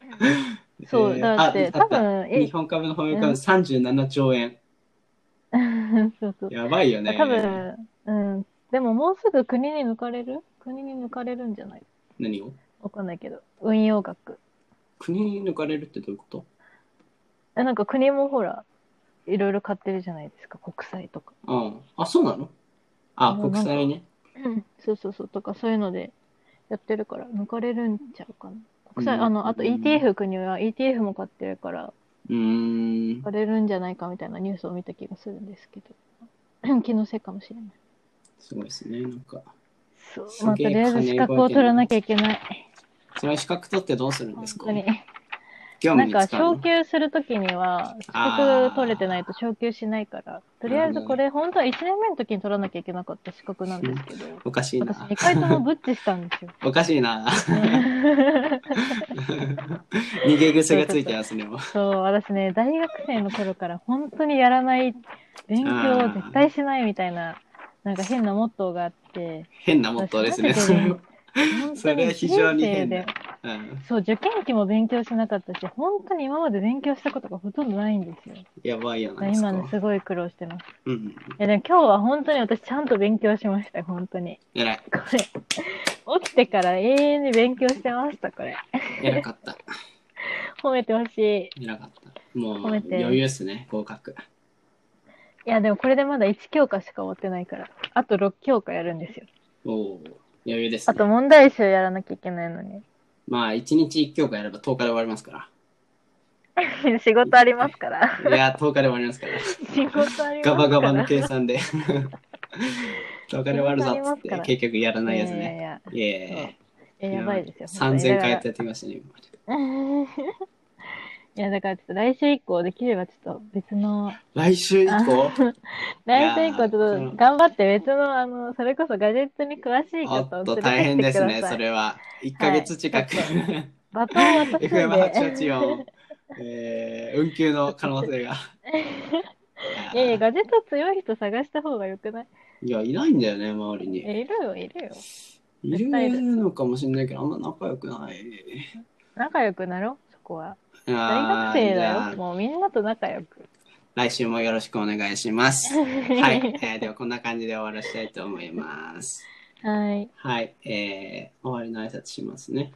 そう、
えー
だって、
ああ
多
った
分、え
日、本株の翻訳株37兆円。
そうそう。
やばいよね。
多分、うん。でももうすぐ国に抜かれる国に抜かれるんじゃない
何を
わかんないけど。運用額。
国に抜かれるってどういうこと
えなんか国もほら、いろいろ買ってるじゃないですか、国債とか。
うん。あ、そうなのあ、
うん
国債ね。
うんそうそうそう、とかそういうのでやってるから、抜かれるんちゃうかな。国債、
うん
あの、あと
うん
ETF 国は ETF も買ってるから、
うーん
抜。かれるんじゃないかみたいなニュースを見た気がするんですけど、 気のせいかもしれない。
すごいですね。なんか。
そう、
す
まあ、と
げえ
りあえず資格を取らなきゃいけない。
それは資格取ってどうするんで
本
すか
当に。
業務
なん
に
か、
使うの
昇給するときには、資格取れてないと昇給しないから、とりあえずこれ、本当は1年目の時に取らなきゃいけなかった資格なんですけど、
おかしい
私、
な
2。回ともブッチしたんで すよ。
おかしいな。逃げ癖がついてますね。もう
そう、私ね、大学生の頃から本当にやらない、勉強を絶対しないみたいな、なんか変なモットーがあって、
変なモットーですね。 そ
私マ
れ
本
そ
当
れ
に
は非常に変
人
だ
生で。
うん、
そう、受験期も勉強しなかったし、本当に今まで勉強したことがほとんどないんですよ。
やばいよな。
今
そ
ね、
こ
すごい苦労してます。
うん。
いや、でも今日は本当に私ちゃんと勉強しました、本当に。
偉い。
これ、起きてから永遠に勉強してました、これ。
偉かった。
褒めてほしい。
偉かった。もう
褒めて
余裕っすね。合格。
いや、でもこれでまだ1教科しか終わってないから、あと6教科やるんですよ。
おお。余裕です
あと
ね。
問題集やらなきゃいけないの に。
まあ、一日一教科やれば10日で終わりますか
仕事ありますから。
ら。いや、10日で終わりますから。
仕事ありますから。
ガバガバの計算 で。10日で終わるぞっつっ
や
て、
りますから
結局やらないやつ
いや
ね。
いや
イ
いや
エ
そう
ー
い
イ。
ややばいですよ。
3000
本当に
回やってやってきましたね、今まで。
いや、だからちょっと来週以降できればちょっと別の、
来週以降
来週以
い
降ちょ
や
っ
ー
と頑張って別の、あの、それこそガジェットに詳しい
お
方
っ
を
と
連
大
れ
変
て
で
きて
す
くだ さい。
ね、それは。1ヶ月近く、
はバトンを渡すん
FM884
で。
を、えー運休の可能性が。
いやいや、ガジェット強い人探した方がよくない
いや、いないんだよね、周りに。
えいるよ、いるよ。
い
絶対いる
るのかもしれないけど、あんま仲良くない。
仲良くなろう、そこは。大
あ
学
ー
生
じ
だ
ゃあ
よ。もうみんなと仲良く。
来週もよろしくお願いします。 は、
はい
えーではこんな感じで終わらしたいと思います。
はい。
はい、えー、終わりの挨拶しますね。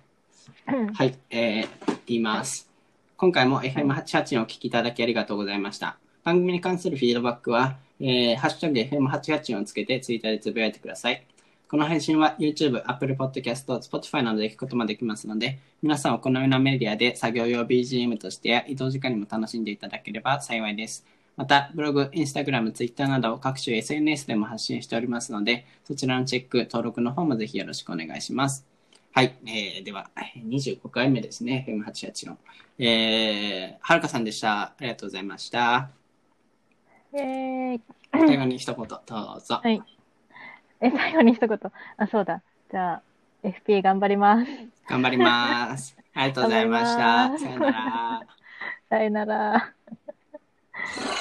うん
はい、えー、言います。今回も FM88 をお聞きいただきありがとうございました。番組に関するフィードバックは、えー、ハッシュタグ FM88 をつけてツイッターでつぶやいてください。この配信は YouTube、Apple Podcast、Spotify などで聞くこともできますので、皆さんお好みのメディアで作業用 BGM としてや移動時間にも楽しんでいただければ幸いです。また、ブログ、インスタグラム、ツイッターなど各種 SNS でも発信しておりますので、そちらのチェック、登録の方もぜひよろしくお願いします。はい。えー、では、25回目ですね。FM88 の。えー、はるかさんでした。ありがとうございました。
イエーイ
最後に一言、どうぞ。
はいえ、最後に一言。あ、そうだ。じゃあ、FP 頑張ります。
頑張ります。ありがとうございまし
頑張り
た。
ます
さよなら。
さよなら。